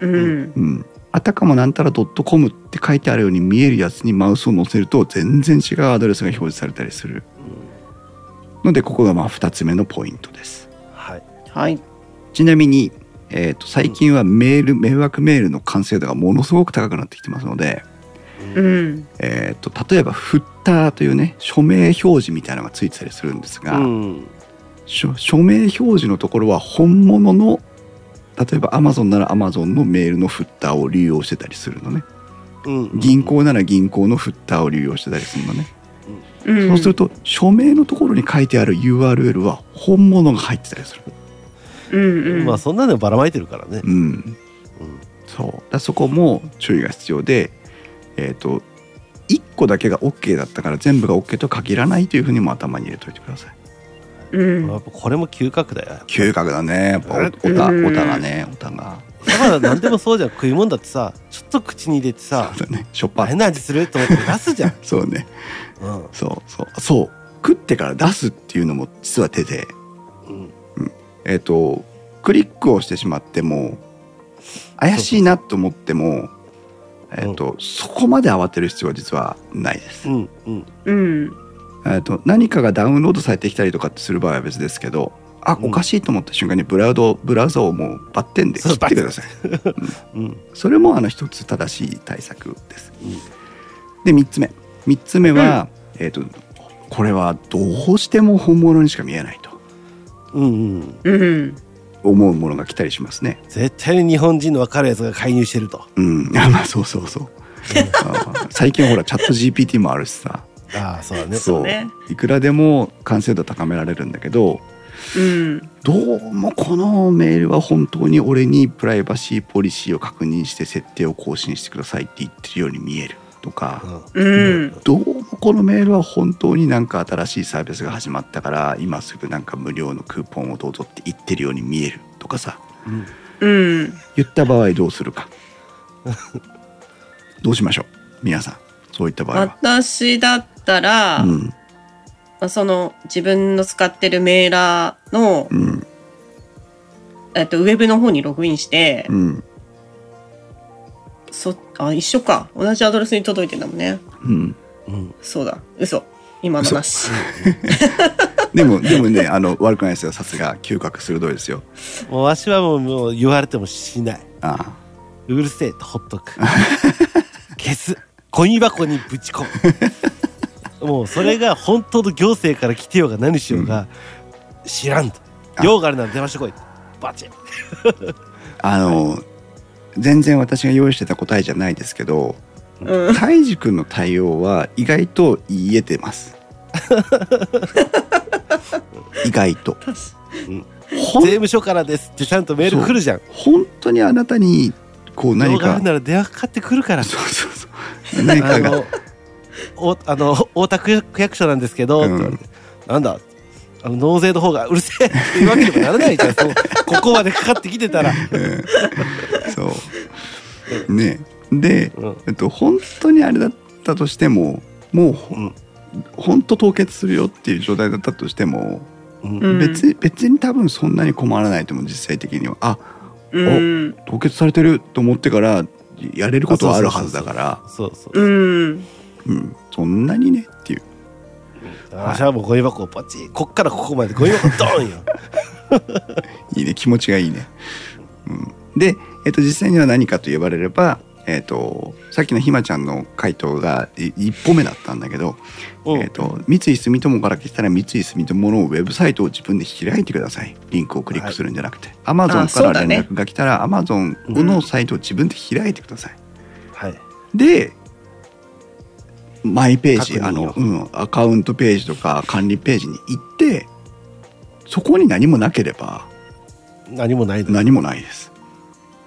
C: うん。
A: うん、あたかもなんたら .com って書いてあるように見えるやつにマウスを載せると全然違うアドレスが表示されたりするのでここがまあ2つ目のポイントです
B: はい
C: はい。
A: ちなみに、えー、と最近はメール迷惑メールの完成度がものすごく高くなってきてますので、
C: うん。
A: えー、と例えばフッターというね署名表示みたいなのがついてたりするんですが、
B: うん
A: 署署名表示のところは本物の例えば Amazon なら Amazon のメールのフッターを利用してたりするのね
B: うん
A: 銀行なら銀行のフッターを利用してたりするのね、
C: うん
A: そうすると署名のところに書いてある URL は本物が入ってたりする
C: うんうん
B: まあそんなのばらまいてるからね
A: うん
B: うん
A: そうだからそこも注意が必要でえっ、と1個だけが OK だったから全部が OK と限らないというふうにも頭に入れておいてください
C: うん
B: やっぱこれも嗅覚だよ
A: 嗅覚だねやっぱお
B: うん
A: おたおたがねおたが
B: だから何でもそうじゃん食い物だってさちょっと口に入れてさ
A: そうだねしょっぱい
B: 変な味すると思って出すじゃん、
A: そうね
B: うん
A: そうそうそう食ってから出すっていうのも実は手で
B: うん、
A: えっ、とクリックをしてしまっても怪しいなと思ってもえっ、と、そこまで慌てる必要は実はないです、
B: うんうん
C: うん
A: えっと何かがダウンロードされてきたりとかってする場合は別ですけどあ
B: うん
A: おかしいと思った瞬間にブラウドブラウザをもうバッテンで切ってください
B: うん
A: それもあの一つ正しい対策です
B: うん。
A: で3つ目3つ目は、えー、とこれはどうしても本物にしか見えないと
B: うんうん
C: うん
A: 思うものが来たりしますね。
B: 絶対に日本人の分かるやつが介入してると
A: うん、 あまあそうそうそう。あー最近ほらチャット GPT もあるしさ
B: ああそうだね
A: そう
C: ね
A: いくらでも完成度高められるんだけど
C: うん
A: どうもこのメールは本当に俺にプライバシーポリシーを確認して設定を更新してくださいって言ってるように見えるとか。
B: う
C: うん
A: どうもこのメールは本当になんか新しいサービスが始まったから今すぐなんか無料のクーポンをどうぞって言ってるように見えるとかさ
B: うん
C: うん
A: 言った場合どうする かどうしましょう皆さんそういった場合は、
C: 私だったら、
A: う
C: ま
A: ん
C: あその自分の使ってるメーラーの、
A: うん
C: えっと、ウェブの方にログインして、
A: うん
C: そあ一緒か同じアドレスに届いてんだもんね
A: うん、
B: うん
C: そうだ嘘今のなし
A: でもでもねあの悪くないですよさすが嗅覚鋭いですよ
B: もうわしはもうもう言われてもしない
A: あ
B: うるせえとほっとく消すゴミ箱にぶち込むもうそれが本当の行政から来てようが何しようが、知らんと
A: あ
B: 用があるなら電話してこいバチッ
A: ああの、全然私が用意してた答えじゃないですけ ど
C: うん
A: たいじくんの対応は意外と言えてます 意外と
C: 確
A: ほん
B: 税務署からですってちゃんとメール来るじゃん
A: 本当にあなたにこう何
B: 用があ
A: か
B: るなら電話かかってくるから
A: そうそうそう何かが
B: おあの大田区役所なんですけど、
A: うん
B: って言われてなんだあの納税の方がうるせえっていうわけにもな らないじゃんそうここまでかかってきてたら、
A: うんそうねで、
B: うん
A: えっと、本当にあれだったとしてももうほ
B: うん
A: 本当凍結するよっていう状態だったとしても、
B: うん
C: うん
A: 別に別に多分そんなに困らないと思う実際的にはあ
C: うん
A: 凍結されてると思ってからやれることはあるはずだから
B: そうそう
C: うん
A: うんそんなにねっていう
B: 私はもうゴミ箱をポチこっからここまでゴミ箱ドンよ
A: いいね気持ちがいいね。うん、で、えっと実際には何かと呼ばれれば、えっとさっきのひまちゃんの回答がい一歩目だったんだけど、
B: うん
A: えっと三井住友から来たら三井住友のウェブサイトを自分で開いてくださいリンクをクリックするんじゃなくて、Amazon
C: あそう
A: か
C: だ
A: ら
C: ね
A: 連絡が来たら Amazon のサイトを自分で開いてください。
B: はい
A: でマイページ
B: 確認
A: あ
B: を
A: の、うん、アカウントページとか管理ページに行ってそこに何もなければ
B: 何もないだ
A: 何もないです。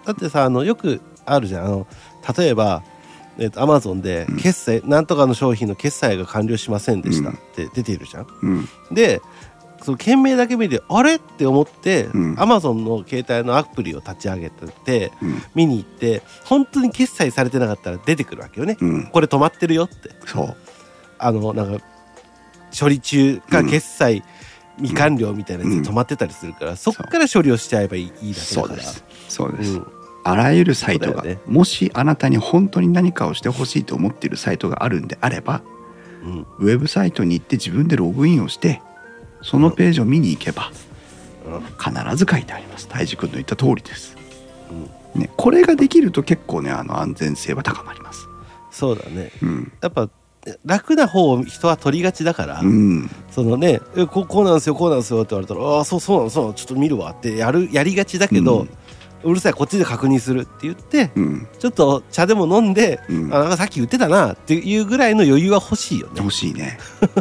B: だってさあのよくあるじゃんあの例えばえっとアマゾンで
A: ん
B: 決済、なんとかの商品の決済が完了しませんでした
A: う
B: っ
A: ん
B: て出ているじゃん、
A: うん
B: でその件名だけ見てあれって思って、
A: ん
B: アマゾンの携帯のアプリを立ち上げてて
A: うん
B: 見に行って本当に決済されてなかったら出てくるわけよね、
A: うん、
B: これ止まってるよって
A: そう、
B: あのなんか処理中か
A: うん
B: 決済未完了みたいなやつで止まってたりするから、そっから処理をしちゃえばいいいいだけ
A: そ
B: だ
A: う
B: か
A: で
B: ら
A: す。そう
B: う
A: です。
B: ん
A: あらゆるサイト
B: そう
A: が、
B: だよね
A: もしあなたに本当に何かをしてほしいと思っているサイトがあるんであれば、
B: うん
A: ウェブサイトに行って自分でログインをして、そのページを見に行けば、
B: うん
A: 必ず書いてあります。大地君の言った通りです。
B: うん
A: ね、これができると結構ね、あの安全性は高まります。
B: そうだね
A: うん。
B: やっぱ楽な方を人は取りがちだから、
A: うん。
B: そのねえここうなんですよこうなんですよって言われたらああそうそうなんそうなのちょっと見るわってやるやりがちだけど、
A: うん
B: うるさいこっちで確認するって言って
A: うん
B: ちょっと茶でも飲んで、
A: うん
B: あなんかさっき言ってたなっていうぐらいの余裕は欲しいよね。
A: 欲しいね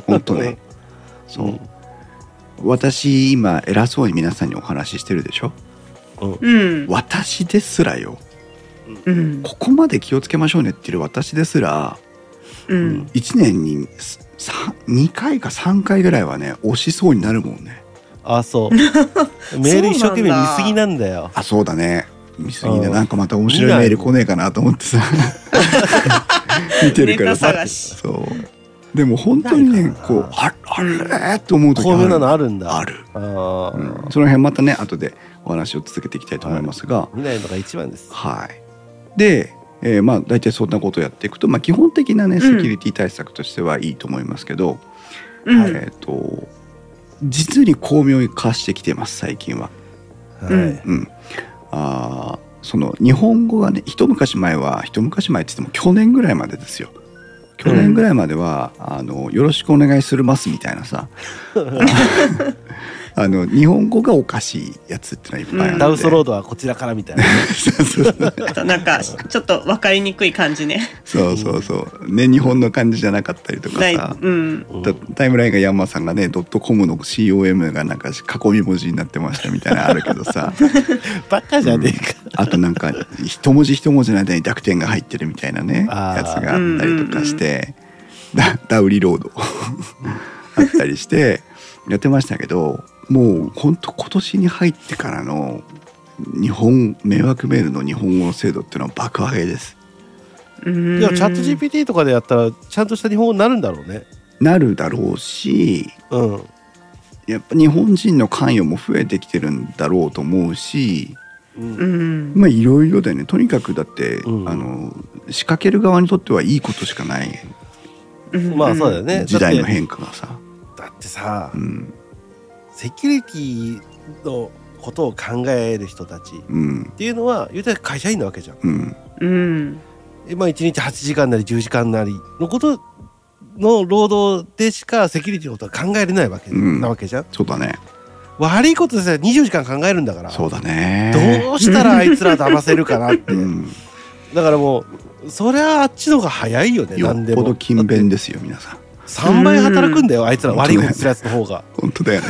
A: 本当 ねそう、
B: うん
A: 私今偉そうに皆さんにお話ししてるでしょ
C: うん。
A: 私ですらよ
C: うん。
A: ここまで気をつけましょうねって言ってる私ですら
C: うん。
A: 1年に2回か3回ぐらいはね押しそうになるもんね
B: あ そう。メール一生懸命見すぎなんだよ。
A: あそうだね見すぎ
B: う
A: で
B: ん
A: なんかまた面白いメール来ねえかなと思って さ見てるから
C: ネタ探し
A: そうでも本当にね
B: ないかな
A: こうああれーと思う時
B: こういうのあるんだ。
A: ある、
B: あ
A: う
B: ー
A: ん、その辺またね後でお話を続けていきたいと思いますが、
B: 見ないのが一番です。
A: はい。で、えーまあ大体そんなことをやっていくと、まあ基本的なね、
C: ん
A: セキュリティ対策としてはいいと思いますけど、
C: うん。
A: えっ、と、実に巧妙に化してきてます、最近は。
B: は
C: うん
B: い。
A: うん。あーその日本語がね、一昔前は、一昔前って言っても去年ぐらいまでですよ。去年ぐらいまでは、あの、よろしくお願いするますみたいな さ、あの、日本語がおかしいやつってのはいっぱいあるんで。
B: ダウソロードはこちらからみたいな。
A: そうそうそう
C: あとなんか、ちょっとわかりにくい感じね。
A: そうそうそう。ね、日本の感じじゃなかったりとか
C: ない。
A: さ。
C: うん。
A: たタイムラインがヤンマさんがね、ドットコムの COM がなんか囲み文字になってましたみたいなのあるけどさ、
B: バカじゃねえか。
A: あとなんか一文字一文字の間に濁点が入ってるみたいなね、
B: あー
A: やつがあったりとかして、ダダウリロードあったりしてやってましたけど、もう本当今年に入ってからの日本迷惑メールの日本語の精度っていうのは爆上げです。
C: うん
B: いやチャット GPT とかでやったらちゃんとした日本語になるんだろうね。
A: なるだろうし、
B: うん。
A: やっぱ日本人の関与も増えてきてるんだろうと思うし、
B: うん
C: うん。
A: まあいろいろだよね。とにかくだって、
B: うん
A: あの仕掛ける側にとってはいいことしかない
C: うん
B: まあそうだよ。ね。
A: 時代の
B: だって
A: 変化がさ、
B: だってさ
A: う、ん
B: セキュリティのことを考える人たちっ
A: うん
B: ていうのは言うたら会社員なわけじゃん。
A: うん
C: うん。
B: 今1日8時間なり10時間なりのことの労働でしかセキュリティのことは考えれないわけ、
A: うん
B: なわけじゃん。
A: そうだね、
B: 悪いことでさえ20時間考えるんだから。
A: そうだね。
B: どうしたらあいつら騙せるかなって。
A: うん、
B: だからもう、そりゃあっちの方が早いよね、
A: よ
B: 何
A: っ
B: で
A: ぽ
B: も。
A: ど勤勉ですよ皆さん。
B: 3倍働くんだよ、あいつら悪いことするやつの方が。
A: 本当だよね。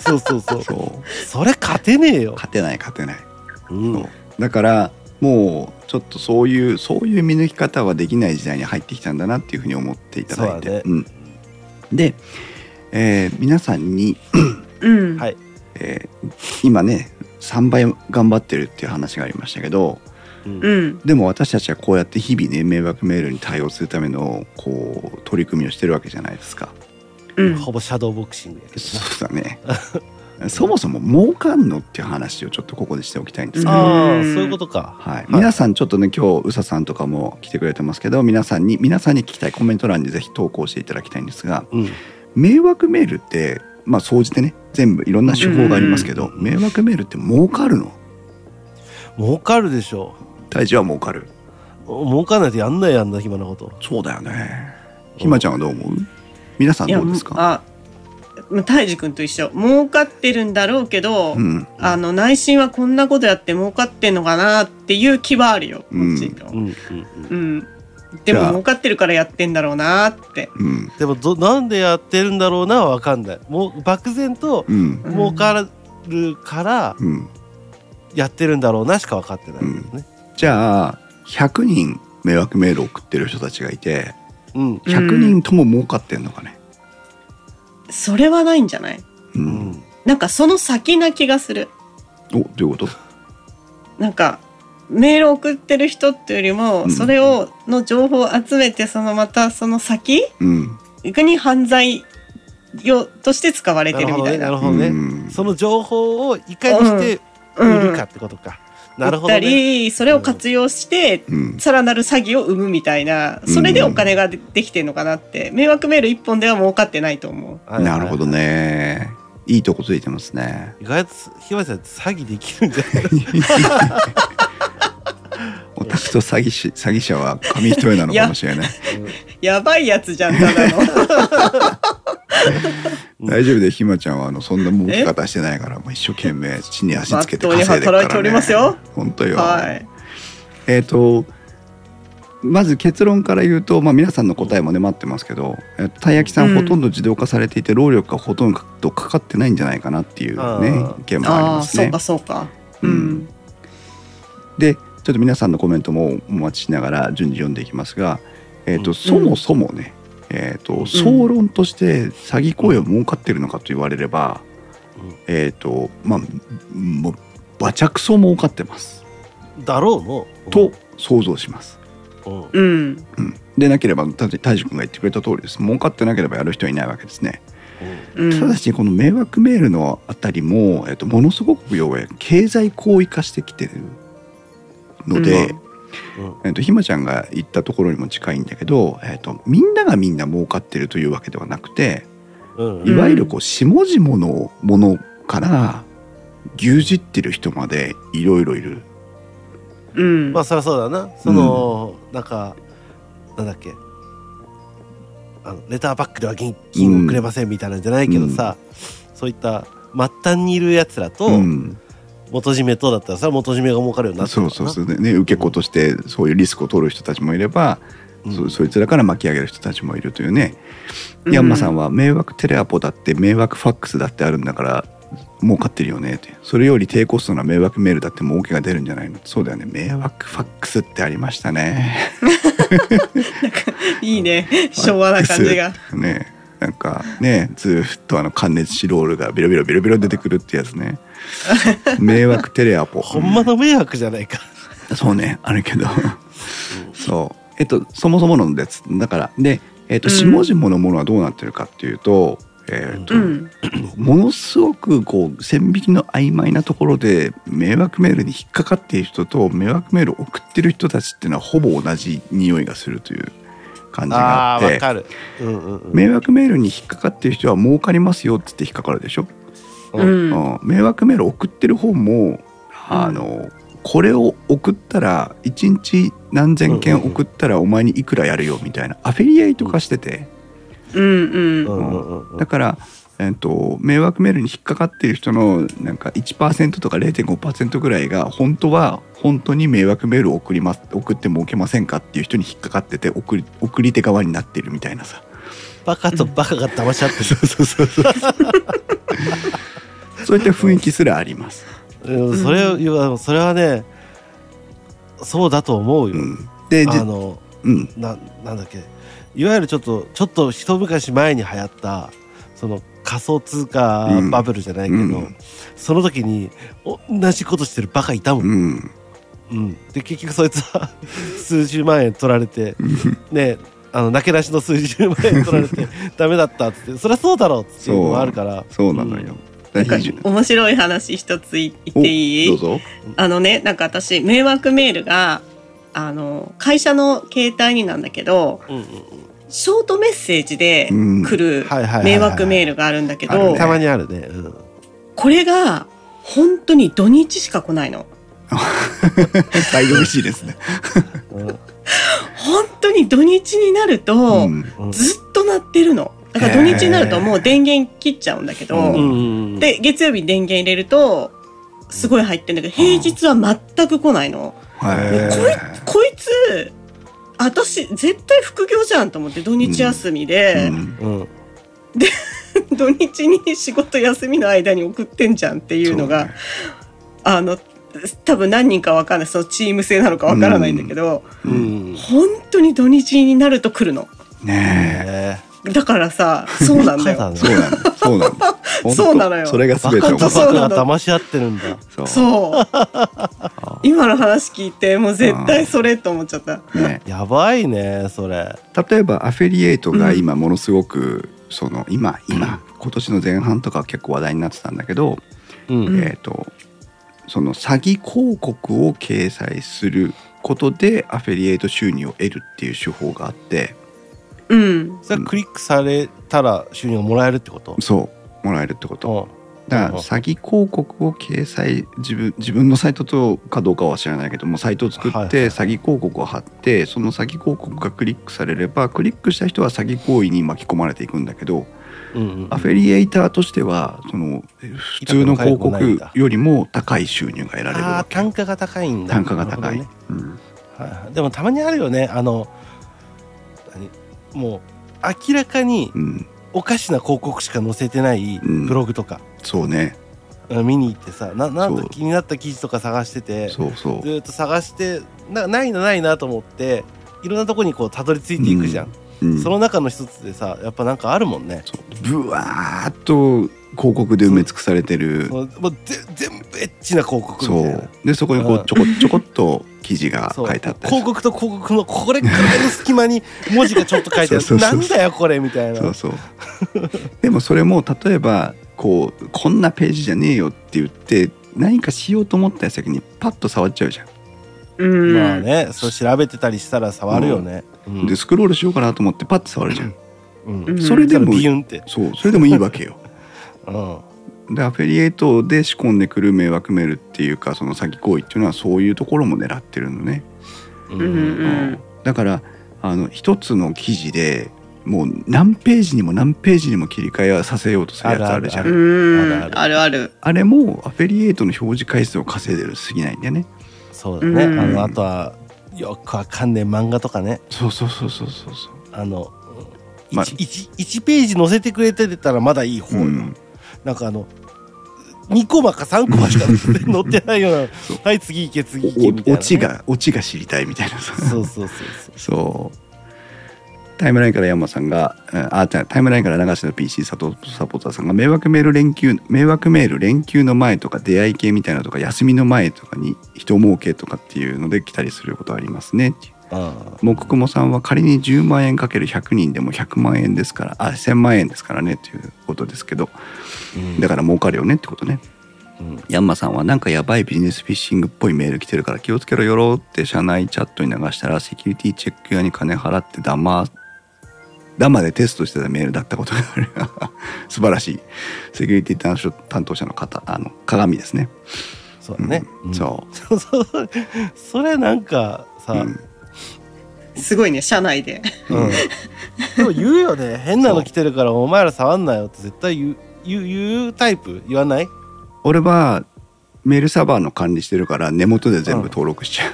B: そうそうそう。
A: そう
B: それ勝てねえよ。
A: 勝てない勝てない。
B: うん。
A: そうだからもうちょっとそういうそういう見抜き方はできない時代に入ってきたんだなっていうふうに思っていただいて。
B: そうだね
A: んで、えー皆さんに、
C: うん。
B: はい
A: えー今ね3倍頑張ってるっていう話がありましたけど
B: うん
C: うん。
A: でも私たちはこうやって日々ね迷惑メールに対応するためのこう取り組みをしてるわけじゃないですか。
C: うん。
B: ほぼシャドーボクシングやけどな。
A: そうだ ねそもそも儲かんのっていう話をちょっとここでしておきたいんですけど
B: ああ、そういうことか。
A: はい、皆さんちょっとね今日宇佐さんとかも来てくれてますけど皆さんに皆さんに聞きたいコメント欄にぜひ投稿していただきたいんですが
B: うん。
A: 迷惑メールってまあ総じてね全部いろんな手法がありますけど、
B: うん
A: 迷惑メールって儲かるの
B: 儲かるでしょ。
A: 大事は儲かる
B: 儲かんないとやんないやんな、暇なこと。
A: そうだよねひまちゃんはどう思う皆さん
C: いや
A: どうですか
C: あ、たいじくんと一緒。儲かってるんだろうけど、
A: うん
C: あの内心はこんなことやって儲かってんのかなっていう気はあるよ。こ
A: うん
C: っちと。
B: うんうんうん。
C: うん。
A: じ
C: で
A: ゃ
C: も
A: あ
C: 儲かってるからやってんだろうなって。
A: うん
B: でもどなんでやってるんだろうなは分かんないもう漠然と
A: うん
C: うん
B: 儲かるから
A: うん
B: やってるんだろうなしか分かってないんだよね
A: じゃあ100人迷惑メールを送ってる人たちがいて
B: うん
A: 100人とも儲かってんのかね、
C: それはないんじゃない
A: うん
B: うん
C: なんかその先な気がする。
A: おどういうこと
C: なんかメール送ってる人っていうよりも、
A: うん
C: それをの情報を集めてそのまたその先
A: うん
C: に犯罪用として使われ
B: な
C: て
B: る
C: るみ
B: ほどね
C: たい
B: な
C: な。
B: るほど
A: う
B: ね
A: ん
B: その情報をいかにして売るかってことかなる
C: 売っ
B: ほどね
C: たり、それを活用して
A: うん
C: さらなる詐欺を生むみたいな
A: うん
C: それでお金がでできてるのかなって迷惑メール一本では儲かってないと思う。
B: はい
A: なるほどね。いいとこついてますね。
B: 意外とひまちゃん詐欺できるんじゃない
A: オタクと詐欺師詐欺者は紙一重なのかもしれない。
C: やばいやつじゃんただの。
B: うん
A: 大丈夫でひまちゃんはあのそんな儲け方してないからもう一生懸命地に足つけて
C: まっとうに
A: 稼いでるから、ね、
C: 働いておりますよ
A: 本当よ、
C: はい。
A: えっ、とまず結論から言うと、まあ、皆さんの答えもね待ってますけどえーたい焼きさん、
C: うん
A: ほとんど自動化されていて労力がほとんどかかってないんじゃないかなっていうね
B: あー
A: 意見もあり
C: あ
A: ま
C: あ、
A: す
C: そう
A: ね
C: か、。そうか。
A: う
C: うんん。
A: でちょっと皆さんのコメントもお待ちしながら順次読んでいきますが、えーと
B: うん
A: そもそもね、えーと総論として詐欺行為を儲かってるのかと言われれば、
B: うん
A: えっ、とまあもうバチャクソ儲かってます
B: だろうの
A: と想像します。
B: うん
C: うん。
A: うん、でなければた大樹君が言ってくれた通りです儲かってなければやる人はいないわけですね、
C: う
A: ただ
C: ん。
A: しこの迷惑メールのあたりも、えっと、ものすごく要は経済行為化してきてるので、
B: うんうん
A: えっと、ひまちゃんが言ったところにも近いんだけど、えっと、みんながみんな儲かってるというわけではなくて
B: うん
A: いわゆるこう下々のものから牛耳ってる人までいろいろいる。
C: うん
B: まあそりゃそうだなその、なんかなんだっけあのレターバックでは現金をくれませんみたいなんじゃないけどさ、そういった末端にいるやつらと
A: うん、
B: 元締めとだったらさ元締めが儲かるようになって
A: そうそうそうね受け子としてそういうリスクを取る人たちもいれば、
B: うん
A: そそいつらから巻き上げる人たちもいるというね、
C: うん
A: ヤンマさんは迷惑テレアポだって迷惑ファックスだってあるんだから儲かってるよねってそれより低コストな迷惑メールだって儲けが出るんじゃないのそうだよね迷惑ファックスってありましたね
C: いいね。昭和な感じが。
A: ねなんかねずっとあの感熱紙ロールがビロビロビロビロ出てくるってやつね迷惑テレアポ
B: ほんまの迷惑じゃないか、
A: そうねあるけどそうえっとそもそものですだからで、えっと、
C: うん
A: 下々のものはどうなってるかっていうと、えっと
C: うん。
A: ものすごくこう線引きの曖昧なところで迷惑メールに引っかかっている人と迷惑メールを送ってる人たちっていうのはほぼ同じ匂いがするという感じがあ
B: あ
A: っ
B: ーわ
A: て
B: かるうんうんうん
A: 迷惑メールに引っかかってる人は儲かりますよっつって引っかかるでしょ、
C: う。
A: うんん迷惑メール送ってる方もあのこれを送ったら1日何千件送ったらお前にいくらやるよみたいなアフィリエイト化してて。
C: うん。
B: う
C: うん。
B: んうんうんうん
A: だから、えっと迷惑メールに引っかかっている人のなんか1%とか0.5%ぐらいが本当は本当に迷惑メールを送ります送って儲けませんかっていう人に引っかかってて送り送り手側になってるみたいなさ
B: バカとバカが騙し合ってる
A: そうそうそうそうそういった雰囲気すらあります。
B: うんそれを言わそれはねそうだと思うよ、
A: うん、でじ
B: あの
A: うん
B: ななんだっけいわゆるちょっとちょっと一昔前に流行ったその仮想通貨バブルじゃないけど、
A: うんうん
B: その時に同じことしてるバカいたもん、
A: うん
B: うんで結局そいつは 数十万円取られてねあのなけなしの数十万円取られ てダメだったっつってそりゃそうだろうっつっていうのもあるから
A: そうなのよ。大
C: なん
A: 非常
C: か面白い話一つ言っていい
A: おどうぞ。
C: あのね、なんか私、迷惑メールが、あの、会社の携帯になんだけど、
B: うんうん
C: ショートメッセージで
A: うん
C: 来る
B: はいはいはいはい
C: 迷惑メールがあるんだけ
A: あ
C: ど
A: る
B: うん、たまにあるね、うん
C: これが本当に土日しか来ないの。
A: 大丈夫しいです ね。
B: うん
C: 本当に土日になると、
A: ん
B: うん
C: ずっと鳴ってるの。だから土日になるともう電源切っちゃうんだけ
A: へ
C: ど、
A: ー
B: うん
C: で、月曜日に電源入れると、すごい入ってんだけど、平日は全く来ないの。
A: はい
B: こ
C: こいつ、私、絶対副業じゃんと思って、土日休みで、
A: うん
B: うん
C: 土日に仕事休みの間に送ってんじゃんっていうのが、
A: そね
C: あの多分何人かわかんないそのチーム制なのかわからないんだけど、
B: うん
C: 本当に土日になると来るの
A: ねえ。
B: ね
C: だからさそうな
B: バ
C: んだ
B: カ
C: よ
B: ね
A: そうなの。そうなの。本当
C: そうなのよ
A: それが
B: バ
A: 全て
B: カ
A: を
B: と
C: そ
B: バ
C: うな
B: カ
C: ん
B: が
C: だ
B: 騙し合ってるんだ。
A: そう
C: そう今の話聞いてもう絶対それと思っちゃった
A: ね、
B: やばいね、それ。
A: 例えばアフィリエイトが今ものすごく、その今今今年の前半とか結構話題になってたんだけど、
B: うん。
C: うん
A: えっ、とその詐欺広告を掲載することでアフィリエイト収入を得るっていう手法があって
C: うん
B: それはクリックされたら収入がもらえるってこと。
A: そうもらえるってこと
B: うん
A: だから詐欺広告を掲載自分自分のサイトとかどうかは知らないけどもサイトを作って
B: はいはい
A: 詐欺広告を貼ってその詐欺広告がクリックされればクリックした人は詐欺行為に巻き込まれていくんだけど
B: うんうん
A: アフェリエイターとしてはその普通の広告よりも高い収入が得られる
B: ああ
A: わけ
B: 単価が高いんだ
A: 単価が高い、
B: なる
A: うん
B: ほどねはいはいでもたまにあるよねあの何もう明らかに
A: うん、
B: おかしな広告しか載せてない
A: うん
B: ブログとか、
A: そうね
B: うん見に行ってさななん
A: そ
B: か
A: う
B: 気になった記事とか探してて
A: そうそう
B: ずーっと探してなないなないなと思っていろんなとこにこうたどり着いていくじゃん、
A: うん
B: その中の一つでさやっぱなんかあるもんね
A: そうぶわーっと広告で埋め尽くされてる
B: そのもうぜ全部エッチな広告み
A: そ
B: たいな
A: うでそこにこ
B: う
A: うんちょこちょこっと記事が
B: そう
A: 書いてあったり
B: 広告と広告のこれぐらいの隙間に 文字がちょっと書いてあ
A: そうそ
B: る
A: うそ
B: な
A: うん
B: だよこれみたいな
A: そうそうでもそれも例えばこうこんなページじゃねえよって言って何かしようと思った矢先にパッと触っちゃうじゃん、
C: うん。
B: まあねそう調べてたりしたら触るよね、うん
A: でスクロールしようかなと思ってパッと触るじゃん、
B: うん
C: うん
A: それで
B: でも
A: も
B: ビュンって、
A: そうそれでもいいわけよ
B: うん、
A: でアフェリエイトで仕込んでくる迷惑メールっていうかその詐欺行為っていうのはそういうところも狙ってるのね、
B: うん
C: うんうん
A: だからあの一つの記事でもう何ページにも何ページにも切り替えはさせようとするやつあるじゃん
B: あ
A: あ
B: る
C: うん。
B: ある
C: あるある。
A: れもアフェリエイトの表示回数を稼いでるすぎないんだよね
B: そうだね、
C: うん
B: あのあとはよくわかんねえ漫画とかね
A: そうそうそうそうそうそう
B: あの、
A: まあ
B: 1, ページ載せてくれてたらまだいい方
A: う
B: よ、
A: ん
B: なんかあの2コマか3コマしか載ってないような「はい次行け次行け」みた
A: お
B: いなね、
A: オチがオチが知りたいみたいなさ
B: そうそうそうそう
A: そうタイムラインから山さんがうんあじゃあタイムラインから流しの PC サポサポーターさんが迷惑メール連休迷惑メール連休の前とか出会い系みたいなのとか休みの前とかに人儲けとかっていうので来たりすることありますねっていう
B: あ
A: 木久保さんは仮に10万円かける100人でも100万円ですからあ1000万円ですからねということですけど
B: ーうん
A: だから儲かるよねってことね
B: うん
A: ヤンマさんはなんかやばいビジネスフィッシングっぽいメール来てるから気をつけろよろって社内チャットに流したらセキュリティチェック屋に金払ってダマ ダマでテストしてたメールだったことがある 素晴らしいセキュリティ担当担当者の方あの鏡ですね、
B: そうだね、
A: うん
B: うん
A: そ
B: そうそうそうそれなんかさ、
A: う、う
B: うん
A: ん
C: すごいね、社内で。
B: でも言うよね変なの来てるからお前ら触んなよって絶対言う言う言うタイプ言わない
A: 俺はメールサーバーの管理してるから根元で全部登録しちゃう、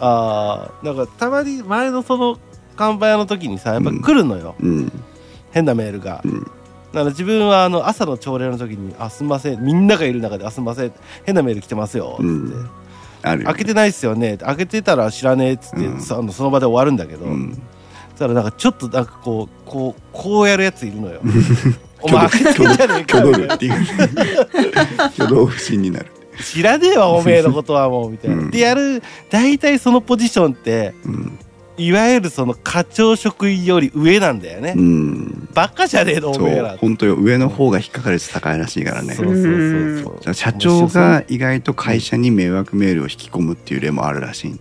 B: あーなんかたまに前のその乾杯屋の時にさやっぱ来るのよ、
A: うん
B: 変なメールが、
A: うん
B: だから自分はあの朝の朝礼の時に「あすんませんみんながいる中であすんません変なメール来てますよ」っつって、
A: うんあるよ
B: 開けてないっすよね」開けてたら知らねえ」っつって、
A: うん
B: そあのその場で終わるんだけど、
A: うん、
B: そしたらなんかちょっとなんかこうこうこうやるやつい るのよお前開けて んじゃねえか
A: 挙動
B: みた
A: 力
B: いな
A: っていう 挙動不審になる、
B: 知らねえわおめえのことはもうみたいな、
A: うん
B: でやる大体そのポジションって
A: うん
B: いわゆるその課長職員より上なんだよね、
A: うん、
B: バカじゃねえのお
A: そ
B: めえ
A: う
B: ら
A: 本当よ上の方が引っかかる率高いらしいからね
B: そうそうそうそう
A: 社長が意外と会社に迷惑メールを引き込むっていう例もあるらしい
B: うん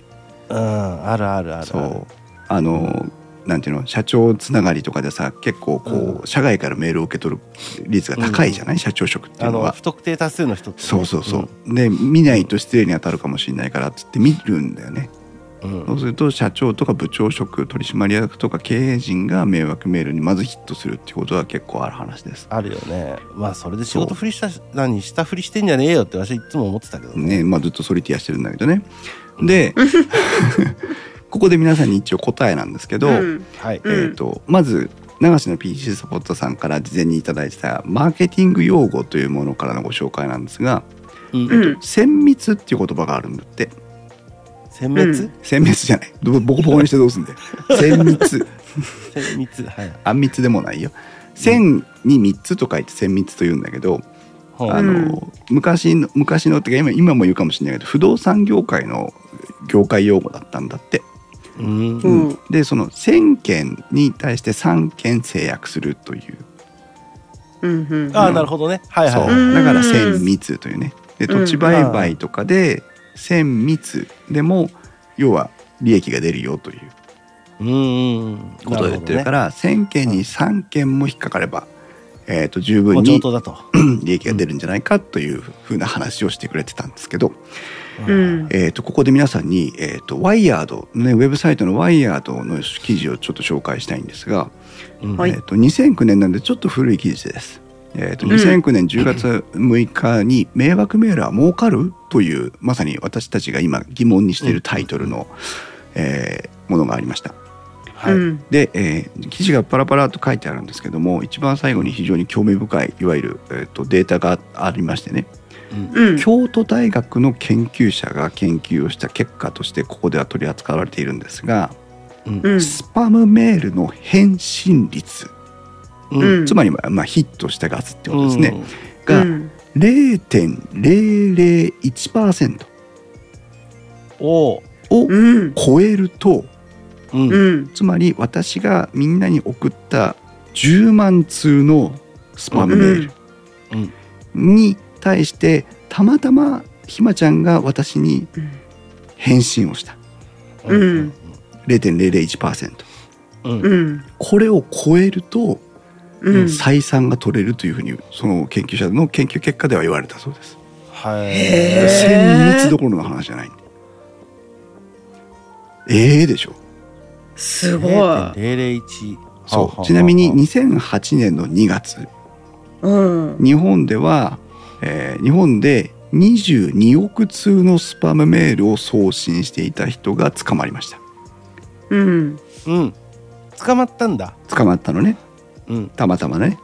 B: あるあるあるある
A: そうあのなんていうの社長つながりとかでさ結構こう、
B: う
A: 社外からメールを受け取る率が高いじゃない、社長職ってい
B: あ
A: うの
B: の
A: は
B: 不特定多数の人ってね
A: そうそうそう、で見ないと失礼に当たるかもしれないからっつって見るんだよね、
B: うん、う
A: そうんすると社長とか部長職取締役とか経営陣が迷惑メールにまずヒットするっていうことは結構ある話です
B: あるよねまあそれで仕
A: そ
B: 事
A: う
B: ふりした何したふりしてんじゃねえよって私いつも思ってたけどね
A: ねまあ、ずっとソリティアしてるんだけどね。でここで皆さんに一応答えなんですけど、
C: うん
B: はい、
A: え
C: うん
A: ー、とまず流しの PC サポットさんから事前にいただいてたマーケティング用語というものからのご紹介なんですが
B: うん
C: うん。
A: 綿密っていう言葉があるんだって
B: 殲滅
A: 綿密じゃないどボコボコにしてどうすんだよ綿密
B: 殲密はい
A: あんみつでもないよ線に3つと書いて綿密と言うんだけど、
B: ほ
A: あ
B: う
A: の昔の昔のってか今今も言うかもしれないけど不動産業界の業界用語だったんだって
B: うん
C: う
B: うん
C: ん。
A: でその1,000件に対して3件制約するという
C: うん。うん。
B: ああなるほどねはい
A: そう
B: はい
C: うん
A: だから1,000密というねで
C: うん
A: 土地売買とかで1,000密でも要は利益が出るよという
B: うんうん
A: ことを言ってるから1,000件に3件も引っかかれば、ええー、と十分
B: もう
A: に
B: 上等だと。
A: 利益が出るんじゃないかというふうな話をしてくれてたんですけど、
C: うん。
A: えー、とここで皆さんに、えー、とワイヤード、ね、ウェブサイトのワイヤードの記事をちょっと紹介したいんですが、
B: うん
C: はい
A: えー、と2009年なんでちょっと古い記事です。えー、と
C: うん
A: 2009年10月6日に「迷惑メールは儲かる?」というまさに私たちが今疑問にしているタイトルの、えーものがありました。
B: はい。
C: うん
A: で、えー記事がパラパラと書いてあるんですけども一番最後に非常に興味深いいわゆる、えー、とデータがありましてね、
C: うん。
A: 京都大学の研究者が研究をした結果としてここでは取り扱われているんですが、
B: うん
C: うん
A: スパムメールの返信率、
B: うん
C: うん
A: つまり、まあ、ヒットした数ってことですね、
C: う
A: が
C: ん
A: 0.001%
B: おう
A: を
C: うん。
A: 超えると
B: うん
C: うん。
A: つまり私がみんなに送った10万通のスパムメール
B: うん
A: に対してたまたまひまちゃんが私に返信をした
C: うん
A: 0.001%
B: うん
C: うん。
A: これを超えると
C: うん。
A: 採算が取れるというふうにその研究者の研究結果では言われたそうです。
B: はい
C: へー
A: 先日どころの話じゃないんで。ええでしょ。
C: すごい。
B: 0.001
A: そう。ちなみに2008年の2月、
C: うん。
A: 日本では、えー日本で22億通のスパムメールを送信していた人が捕まりました。
C: うん。
B: うん捕まったんだ
A: 捕まったのね。
B: うん
A: たまたまね。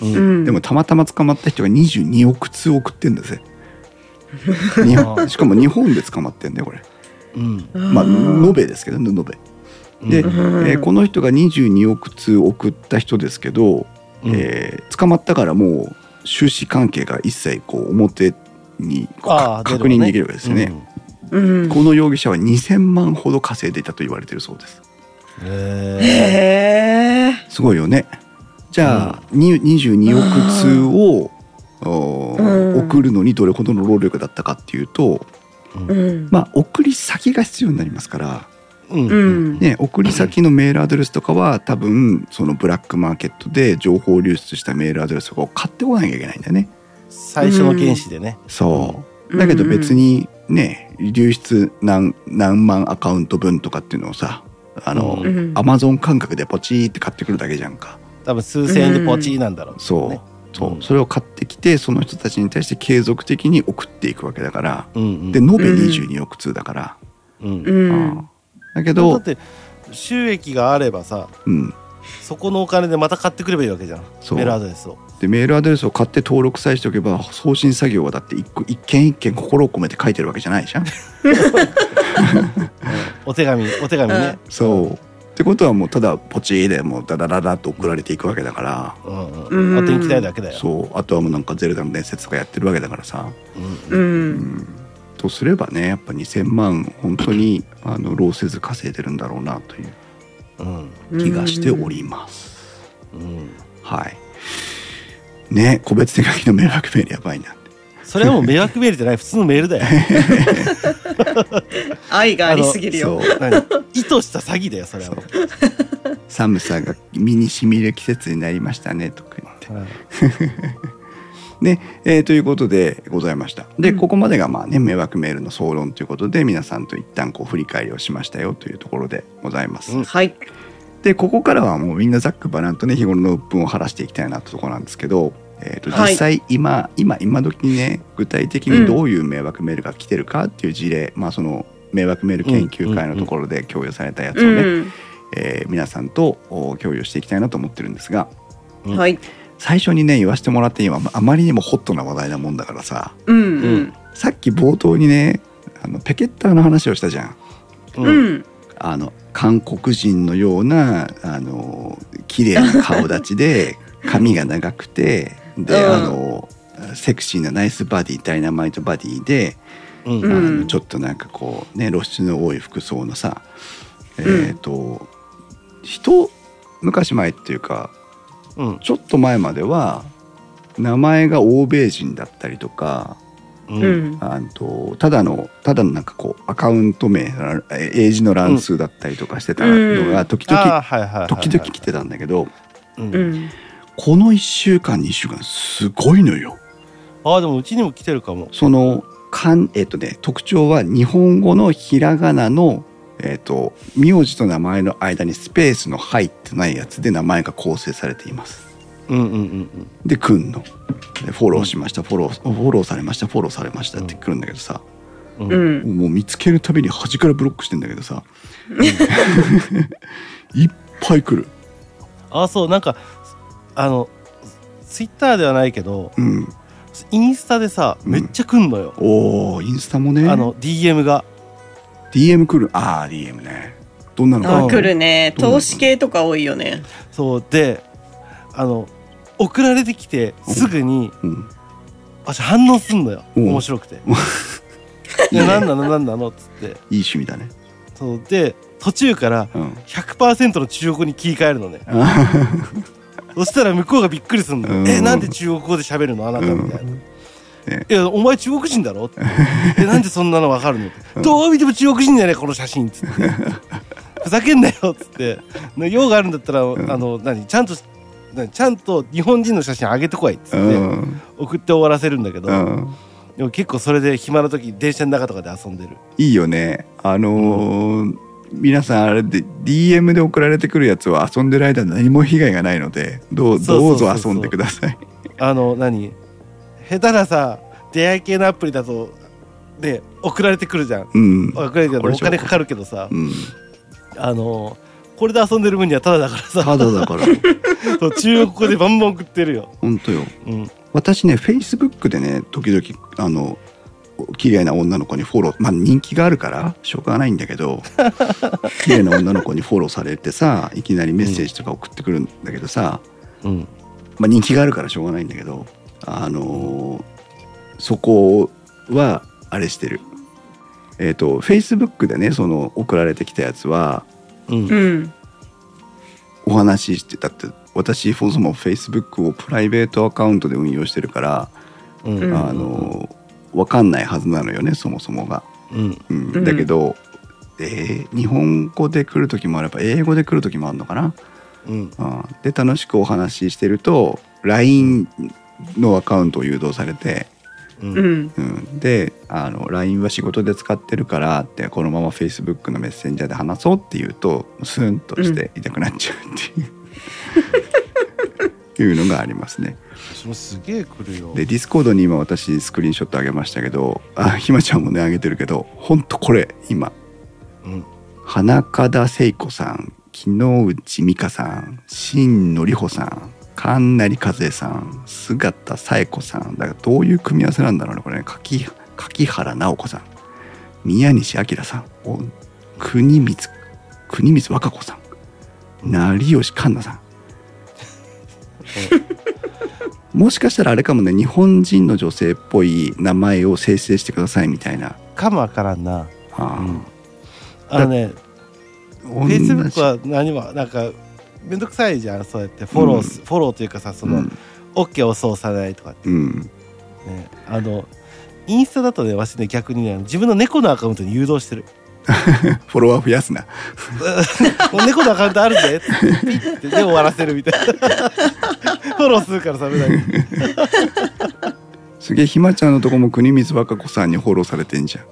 B: う
C: うんん。
A: でも、たまたま捕まった人が22億通送ってんだぜ。日本しかも日本で捕まってんだよこれ。
B: うん
A: まあ、延
C: べ。
A: べですけどね延べ。で
B: うん
A: えーこの人が22億通送った人ですけど、えー捕まったからもう収支関係が一切こう表にこう
B: あー
A: か
B: 出る
A: 確
B: わね
A: 認できるわけですよね、
C: うん。
A: この容疑者は2000万ほど稼いでいたと言われてるそうです
B: うんへ
C: へえ。
A: すごいよねじゃあ、に22億通をおー
C: うん
A: 送るのにどれほどの労力だったかっていうと、
C: うん。
A: まあ、送り先が必要になりますから、
B: ーうん
C: うん。
A: ね、送り先のメールアドレスとかは多分そのブラックマーケットで情報流出したメールアドレスとかを買ってこなきゃいけないんだよね。
B: 最初の原始でね
A: そうだけど別にね流出何何万アカウント分とかっていうのをさあの、
C: うん。うん
A: アマゾン感覚でポチーって買ってくるだけじゃんか。
B: 多分数千円でポチーなんだろう
A: そう、
B: ね
A: そううんそれを買ってきてその人たちに対して継続的に送っていくわけだから
B: うん
A: で延べ
C: うん
A: 22億通だから、
B: うん
C: う
A: あ
C: ん。
A: あだけ
B: だっ
A: ど、
B: て収益があればさ
A: うん、
B: そこのお金でまた買ってくればいいわけじゃん
A: そう
B: メールアドレスを
A: でメールアドレスを買って登録さえしておけば送信作業はだって一個一件一件心を込めて書いてるわけじゃないじゃん。
B: お手紙お手紙ね
A: そうってことはもうただポチーでもうダダダダっと送られていくわけだから
B: うん
C: うん
B: うんお天気台だけだよ
A: そうあとはもうなんか「ゼルダの伝説」とかやってるわけだからさ。
B: うん
C: う。
A: うんん、とすればねやっぱ2,000万本当にあの労せず稼いでるんだろうなという
B: うん
A: 気がしてお。ります。
B: うん
A: はいね個別手書きの迷惑メールやばいなって
B: それはもう迷惑メールじゃない普通のメールだよ
C: 愛がありすぎるよ。
A: そう
B: 何意図した詐欺だよそれは
A: 寒さが身にしみる季節になりましたねとか言って。
B: うん
A: ねえーということでございました。で、
C: うん
A: ここまでがまあ、ね、迷惑メールの総論ということで皆さんと一旦こう振り返りをしましたよというところでございます。
B: うん
C: はい。
A: でここからはもうみんなざっくばらんとね日頃の鬱憤を晴らしていきたいなってところなんですけど、えー、と
C: はい
A: 実際今、今今時にね具体的にどういう迷惑メールが来てるかっていう事例、まあその迷惑メール研究会のところで共有されたやつを
C: う
A: ね、
C: ん。
A: えー皆さんとお共有していきたいなと思ってるんですが
B: うん
C: はい。
A: 最初にね言わせてもらって今あまりにもホットな話題なもんだからさ
C: うん。
A: さっき冒頭にねあのペケッターの話をしたじゃん
C: うん。うん。
A: あの韓国人のようなあの綺麗な顔立ち で髪が長くてで、
C: うん
A: あのセクシーなナイスバディダイナマイトバディで、
B: うん
C: うん
A: あのちょっとなんかこうね露出の多い服装のさ、えっ、と人昔前っていうか
B: うん
A: ちょっと前までは名前が欧米人だったりとか
B: う
C: うんん。
A: あとただのただのなんかこうアカウント名らえ英字の乱数だったりとかしてたの
C: う
A: が
C: ん
A: 時々、
B: あーはいはいはいはい
A: 時々来てたんだけど
B: うん
C: うん。
A: この1週間2週間すごいのよ。
B: ああでもうちにも来てるかも
A: そのかん、えっとね、特徴は日本語のひらがなの、えっと、名字と名前の間にスペースの入ってないやつで名前が構成されています。
B: うんうんうんうん
A: でくんのでフォローしましたフォローフォローされましたフォローされましたってくるんだけどさ、
B: うん
C: う
B: うん
C: ん。
A: もう見つけるたびに端からブロックしてんだけどさいっぱい来る。
B: ああそうなんかあのツイッターではないけど
A: うん、
B: インスタでさ
A: うん
B: めっちゃ来んのよ、
A: おーインスタもね
B: あの DM が
A: DM 来るああ DM ねどんなのか
C: あ
A: な
C: 来るね
A: どうなの
C: 投資系とか多いよね
B: そうであの送られてきてすぐに
A: うん、
B: 私反応すんのよ
A: うん
B: 面白 くて「いや何なの何なの」っつって
A: いい趣味だね、
B: そうで途中から
A: うん、
B: 100%の中国語に切り替え るのねそしたら向こうがびっくりするのよ
A: うん
B: えなんで中国語で喋るのあなた」みたいな。
A: ね
B: いやお前中国人だ ろって「えなんでそんなの分かるの?」って
A: うん
B: どう見ても中国人じゃねえこの写真」っ つって「ふざけんなよ」っつって「ね用があるんだったら、
A: ん
B: あの何ちゃんと何ちゃんと日本人の写真あげてこい」っつって、
A: うん
B: 送って終わらせるんだけど、
A: うん
B: でも結構それで暇な時電車の中とかで遊んでる
A: いいよねあのー皆さんあれで DM で送られてくるやつは遊んでる間何も被害がないのでどう
B: そうそうそう
A: どうぞ
B: そう
A: 遊んでください
B: あの何下手なさ出会い系のアプリだとで送られてくるじゃん
A: うん、
B: 送られてくるけ
A: こ
B: ど
A: れ
B: お金かかるけどさ
A: うん、
B: あのこれで遊んでる分にはただだから
A: た
B: さ
A: だだから
B: そう中国語でバンバン送ってるよ、
A: 本当よ
B: うん、
A: 私ねフェイスブックでね時々あの綺麗な女の子にフォローまあ人気があるからしょうがないんだけど 綺麗な女の子にフォローされてさいきなりメッセージとか送ってくるんだけどさ、
B: うん
A: まあ、人気があるからしょうがないんだけどあのーそこはあれしてるえっ、とフェイスブックでねその送られてきたやつは
B: うん
C: うん
A: お話ししてだって私そもそもフェイスブックをプライベートアカウントで運用してるから、
B: うん
C: うん
A: あのーわかんないはずなのよねそもそもが。
B: うん
A: うん
C: うん
A: だけど、えー日本語で来る時もあれば英語で来る時もあるのかな。
B: うん
A: うんで楽しくお話ししてると LINE のアカウントを誘導されて、
B: う
C: うんん
A: うん、であの LINE は仕事で使ってるからってこのまま Facebook のメッセンジャーで話そうって言うとスンとして痛くなっちゃうっていう、 いうのがありますね。
B: 私もすげえ来るよ
A: で Discord に今私スクリーンショットあげましたけどあひまちゃんもねあげてるけどほんとこれ今
B: うん
A: 花形聖子さん木之内美香さん新典穂さん神成和恵さん姿紗恵子さんだからどういう組み合わせなんだろうねこれね柿柿原直子さん宮西明さんお国光国光和歌子さん成吉環奈さんもしかしたらあれかもね日本人の女性っぽい名前を生成してくださいみたいな
B: かもわからんな
A: あ
B: あのね
A: フ
B: フェイスブックは何もなんかめんどくさいじゃんそうやってフォローす、フォローというかさその、OK を操作ないとか
A: うん、うん
B: ねあのインスタだとねわしね逆にね自分の猫のアカウントに誘導してる
A: フォロワー増やすな
B: 猫のアカウントあ るぜってピッてで終わらせるみたいなフォローするからさめない
A: すげえひまちゃんのとこも国光和歌子さんにフォローされてんじゃん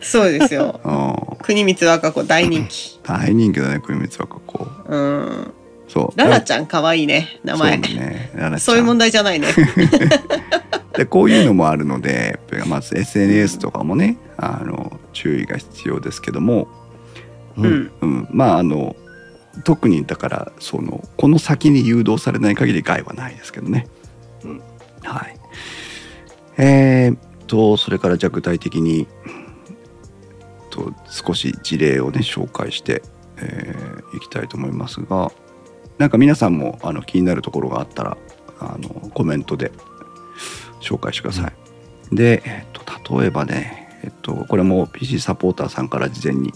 C: そうですよ
A: あー
C: 国光和歌子大人気
A: 大人気だね国光和歌子
C: うん
A: そう
C: ララちゃん可愛いね名前
A: そうねララちゃん
C: そういう問題じゃないね
A: でこういうのもあるのでやっぱりまず SNS とかもねあの注意が必要ですけども、
C: う、ん
A: うん、まああの特にだからそのこの先に誘導されない限り害はないですけどね、
B: うん
A: はいえーっとそれからじゃあ具体的にと少し事例をね紹介してい、えーいきたいと思いますがなんか皆さんもあの気になるところがあったらあのコメントで紹介してください、で、えっと、例えばね、えっと、これも PC サポーターさんから事前に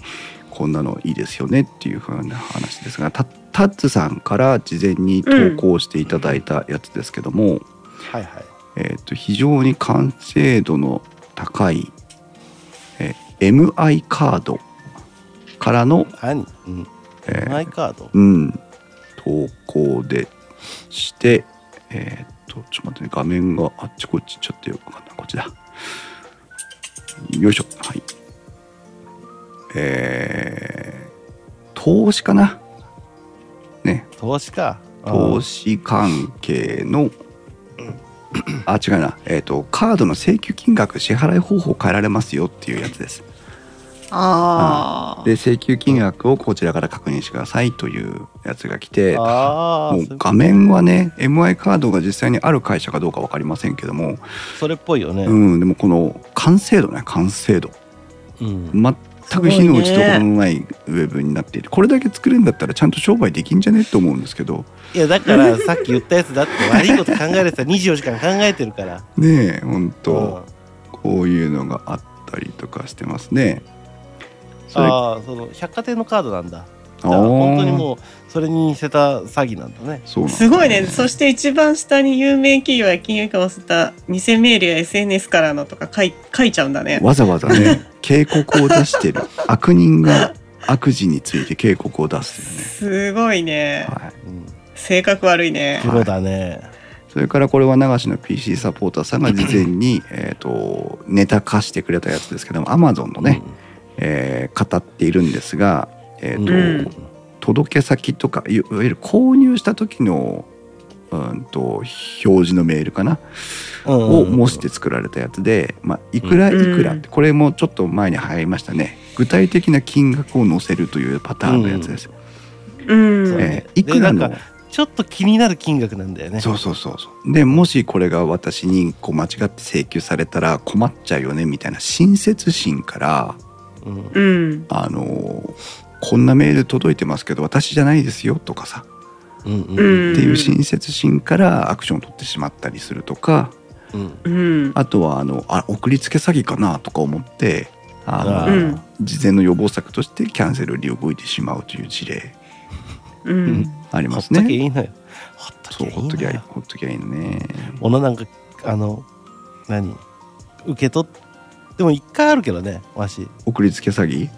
A: こんなのいいですよねっていう風な話ですがタタッツさんから事前に投稿していただいたやつですけども、
B: はいはい
A: えっと非常に完成度の高いえ MI カードからの、
B: 何うん
A: えー
B: マイカード
A: うん、投稿でして、えーっと、ちょっと待ってね、画面があっちこっち、ちょっとよくわかんない。こっちだ。よいしょ。はい。えー、投資かなね、
B: 投資か。
A: 投資関係の、あ、違うな。えーっと、カードの請求金額、支払い方法変えられますよっていうやつです。
C: あ
A: で、請求金額をこちらから確認してくださいというやつが来て、
B: あーあー、
A: も
B: そうう
A: 画面はね MI カードが実際にある会社かどうか分かりませんけども、
B: それっぽいよね。
A: うん、でもこの完成度ね完成度
B: うん。
A: 全
C: すご
A: く
C: いね
A: 非の打ちどころのないウェブになっているこれだけ作れるんだったらちゃんと商売できんじゃねと思うんですけど
B: いや、だから、さっき言ったやつだって、悪いこと考えるやつは24時間考えてるから。
A: ねえほん
B: うん
A: とこういうのがあったりとかしてますね。それ
B: ああ、その、百貨店のカードなんだ。
A: あ
B: だから本当に
A: う
B: もう、それに似せた詐欺なんだね。
A: そう
C: あ
A: なんだ
C: すごいねそして一番下に有名企業や金融機関を載せた偽メールや SNS からのとか書い書いちゃうんだね
A: わざわざね 警告を出してる悪人が悪事について警告を出すよね。
C: すごいね
A: はい
B: うん。
C: 性格悪いね
B: プロだね。
A: それからこれは流しの PC サポーターさんが事前にえーとネタ化してくれたやつですけども Amazon のね、えー語っているんですが、え
B: う
A: ー
B: ん。
A: と
C: うん
A: 届け先とかいいわゆる購入した時のうんと表示のメールかな、を模して作られたやつで、まあ、いくらい
C: うん
A: くらってこれもちょっと前に入りましたね具体的な金額を載せるというパターンのやつです、
C: うん、
B: そう
A: えーいくら
B: で
A: の
B: なんちょっと気になる金額なんだよね。
A: そうそうそうそうでもしこれが私にこう間違って請求されたら困っちゃうよねみたいな親切心から
B: うん。
C: うん
A: あのーこんなメール届いてますけど私じゃないですよとかさ
B: うん
C: う
B: うん
C: ん
A: っていう親切心からアクションを取ってしまったりするとか
B: うん。
C: うん
A: あとはあのあ送りつけ詐欺かなとか思ってあの
B: う
C: うん
A: 事前の予防策としてキャンセルに動いてしまうという事例
C: うん
A: あり
B: ほ
A: ま
B: っ
A: す
B: ときゃい
A: ね。
B: いのよ。ほっとき
A: そ
B: ゃ
A: う
B: い
A: ほっと
B: い
A: き
B: の
A: ゃいい
B: よ。
A: ほっときゃいいね。
B: ものなんか、あの、何受け取っ、でも一回あるけどね、わし。
A: 送りつけ詐欺、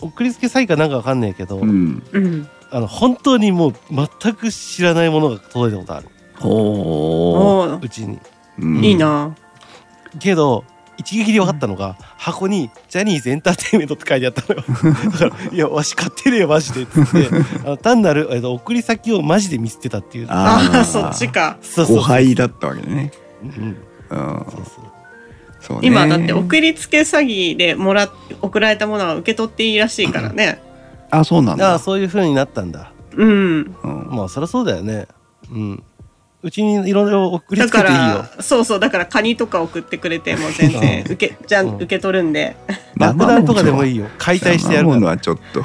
B: 送りつけ詐欺かなんかわかんないけど、
A: うん、
C: うん
B: あの本当にもう全く知らないものが届いたことある
A: おお、
C: おー
B: うちに
A: うん
C: いいな
B: けど一撃で分かったのが、箱に「ジャニーズエンターテインメント」って書いてあったのよだから「いやわし買ってるよマジで」っつってあの単なる、えっと、送り先をマジで見捨てたっていう
A: あー
C: あそっちか
B: そうそう
A: 誤配だったわけね。
B: うん
A: うん、
B: そうそう
A: そうね
C: 今だって送りつけ詐欺でもらっ送られたものは受け取っていいらしいからね
A: あそうなん
B: だか
A: だ。
B: らそういう風になったんだ
C: うん
A: うん
B: まあそりゃそうだよねうんうちにいろいろ送り
C: だ
B: つけ
C: か
B: ていいよ
C: らそうそうだからカニとか送ってくれても全然
B: うん
C: 受けじゃ
B: うん
C: ん受け取るんで
B: 爆弾とかでもい
A: い。
B: いよ解体してやる
A: 生
B: か
A: もの
B: ら
A: はちょっと。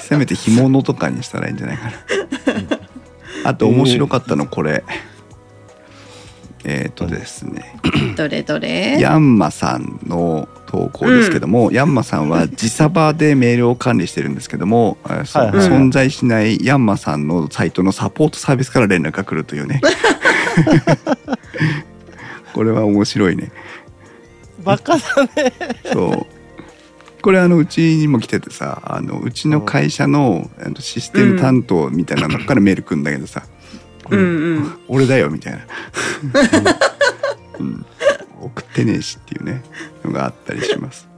A: せめて干物とかにしたらいいんじゃないかな。あと面白かったのこれ。えっ、とですね、
C: どれどれ
A: ヤンマさんの投稿ですけども、ヤンマさんは自サバでメールを管理してるんですけども、あそ
B: はいはい
A: 存在しないヤンマさんのサイトのサポートサービスから連絡が来るというね。これは面白いね。
B: バカだね
A: そうこれあのうちにも来ててさあのうちの会社のあのシステム担当みたいなのからメール来るんだけどさ
C: うんうん
A: 「俺だよ」みたいな、うん、送ってねえしっていうねのがあったりします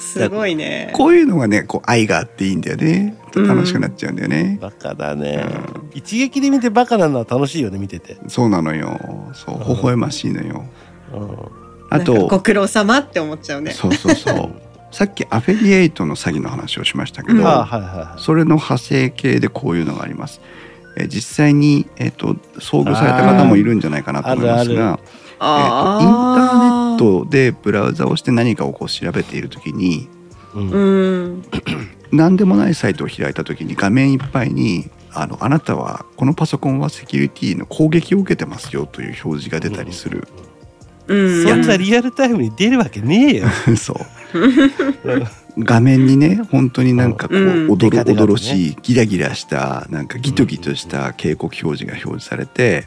C: すごいね
A: こういうのがねこう愛があっていいんだよね楽しくなっちゃうんだよね、
B: バカだね、一撃で見てバカなのは楽しいよね見てて、
A: そうなのよそう微笑ましいのよ
B: うん、
A: あ
C: なんかご
A: と
C: 苦労様って思っちゃうね
A: そうそう そうさっきアフィリエイトの詐欺の話をしましたけど、
C: うん
B: ああはいはいはい
A: それの派生系でこういうのがあります。えー実際に、えー、と遭遇された方もいるんじゃないかなと思いますがえーと
B: あ
A: インターネッ
C: あー
A: トでブラウザをして何かをこう調べている時に
B: うん
C: うん
A: 何でもないサイトを開いた時に画面いっぱいにあの「あなたはこのパソコンはセキュリティの攻撃を受けてますよ」という表示が出たりする、
C: うん
B: そんなリアルタイムに出るわけねえよ。
A: そう画面にね本当になんかこう、
C: うん
A: おどろ
B: デカデカとね
A: 驚しいギラギラしたなんかギトギトした警告表示が表示されて。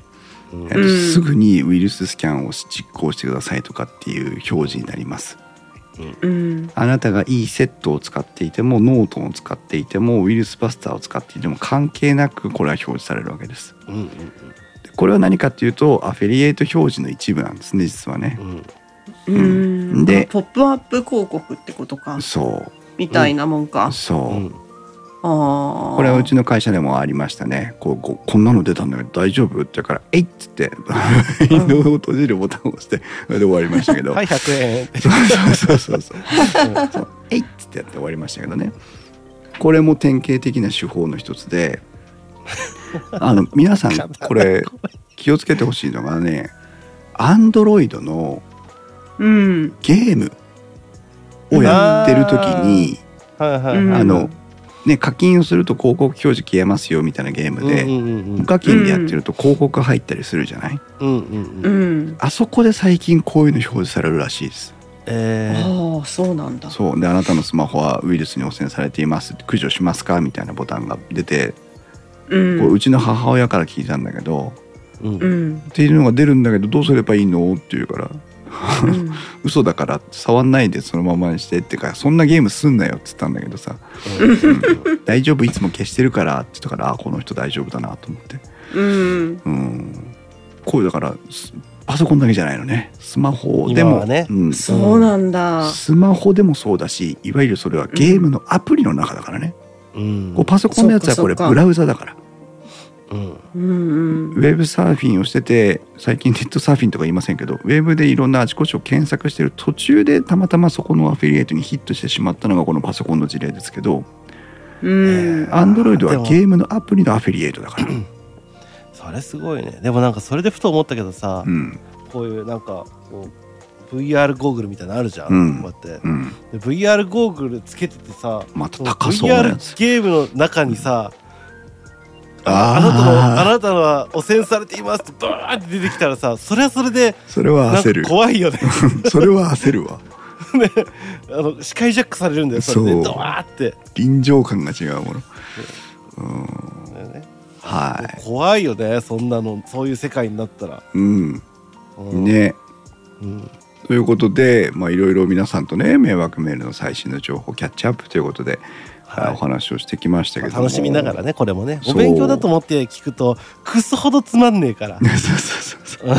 B: うん
A: えっとすぐにウイルススキャンを実行してくださいとかっていう表示になります。
C: うん
A: あなたがいいセットを使っていてもノートンを使っていてもウイルスバスターを使っていても関係なくこれは表示されるわけです
B: うんうん
A: でこれは何かっていうとアフィリエイト表示の一部なんですね実はね
B: うんうん
C: うん
A: で
C: あポップアップ広告ってことか
A: そ
C: みたいなもんか、
A: うそう、
B: うん
C: ああ
A: これはうちの会社でもありましたねこうこうこんなの出たんだけど大丈夫って言うから「えいっ!」つっ てウィンドウを閉じるボタンを押してそれで終わりましたけど、
B: はい100円
A: そうそうそうそうそう「えいっ!」つってやって終わりましたけどねこれも典型的な手法の一つであの皆さんこれ気をつけてほしいのがねアンドロイドの
C: うん
A: ゲームをやってる時に
B: はいはい
C: うん
B: はい
A: あの、ね、課金をすると広告表示消えますよみたいなゲームで。
B: うんうんうん
A: 無課金でやってると広告入ったりするじゃない、
B: うんうんう
C: う
B: ん
C: ん
A: あそこで最近こういうの表示されるらしいです
B: えー
C: ああそうなんだ
A: そうであなたのスマホはウイルスに汚染されています駆除しますかみたいなボタンが出て
C: う
A: こ
C: ん
A: れうちの母親から聞いたんだけど、
B: うん
C: う
B: うん
C: ん
A: っていうのが出るんだけどどうすればいいのって言うから
C: うん
A: 嘘だから触んないでそのままにしてってかそんなゲームすんなよって言ったんだけどさ大丈夫いつも消してるからって言ったからあこの人大丈夫だなと思って
C: うん
A: うんこういうだからすパソコンだけじゃないのねスマホで
B: 今
A: も、
B: はね
A: うん、
C: そうなんだ
A: スマホでもそうだしいわゆるそれはゲームのアプリの中だからね、
B: うん
A: こうパソコンのやつはこれ
C: そっかそっか
A: ブラウザだから
B: うん
C: うんうん
A: ウェブサーフィンをしてて最近ネットサーフィンとか言いませんけどウェブでいろんなあちこちを検索してる途中でたまたまそこのアフィリエイトにヒットしてしまったのがこのパソコンの事例ですけど
C: うん
A: アンドロイドは
B: でも
A: ゲームのアプリのアフィリエイトだから、
B: それすごいねでもなんかそれでふと思ったけどさ
A: うん
B: こういうなんかこう VR ゴーグルみたいなのあるじゃん、
A: うん
B: こうやって
A: うん、
B: で VR ゴーグルつけててさ
A: また
B: その
A: 高そうなや
B: VR
A: つ
B: ゲームの中にさ
A: あ
B: あ
A: ー
B: なたのあなたは汚染されていますってバーンって出てきたらさそれはそれで
A: それは
B: なん
A: 焦
B: か
A: る
B: 怖いよね
A: それは焦るわ
B: あの視界ジャックされるんだよそれで
A: そう
B: ドワーって、
A: 臨場感が違うものうん
B: ね
A: は
B: 怖いよねそんなのそういう世界になったら、
A: いうん
B: うん、
A: ね
B: うん
A: ということで、まあ、いろいろ皆さんとね迷惑メールの最新の情報キャッチアップということで、
B: はい
A: あお話をしてきましたけ
B: まあ
A: ども、
B: 楽しみながらねこれもね
A: そ
B: お
A: う
B: 勉強だと思って聞くとクソほどつまんねえから
A: そうそうそうそう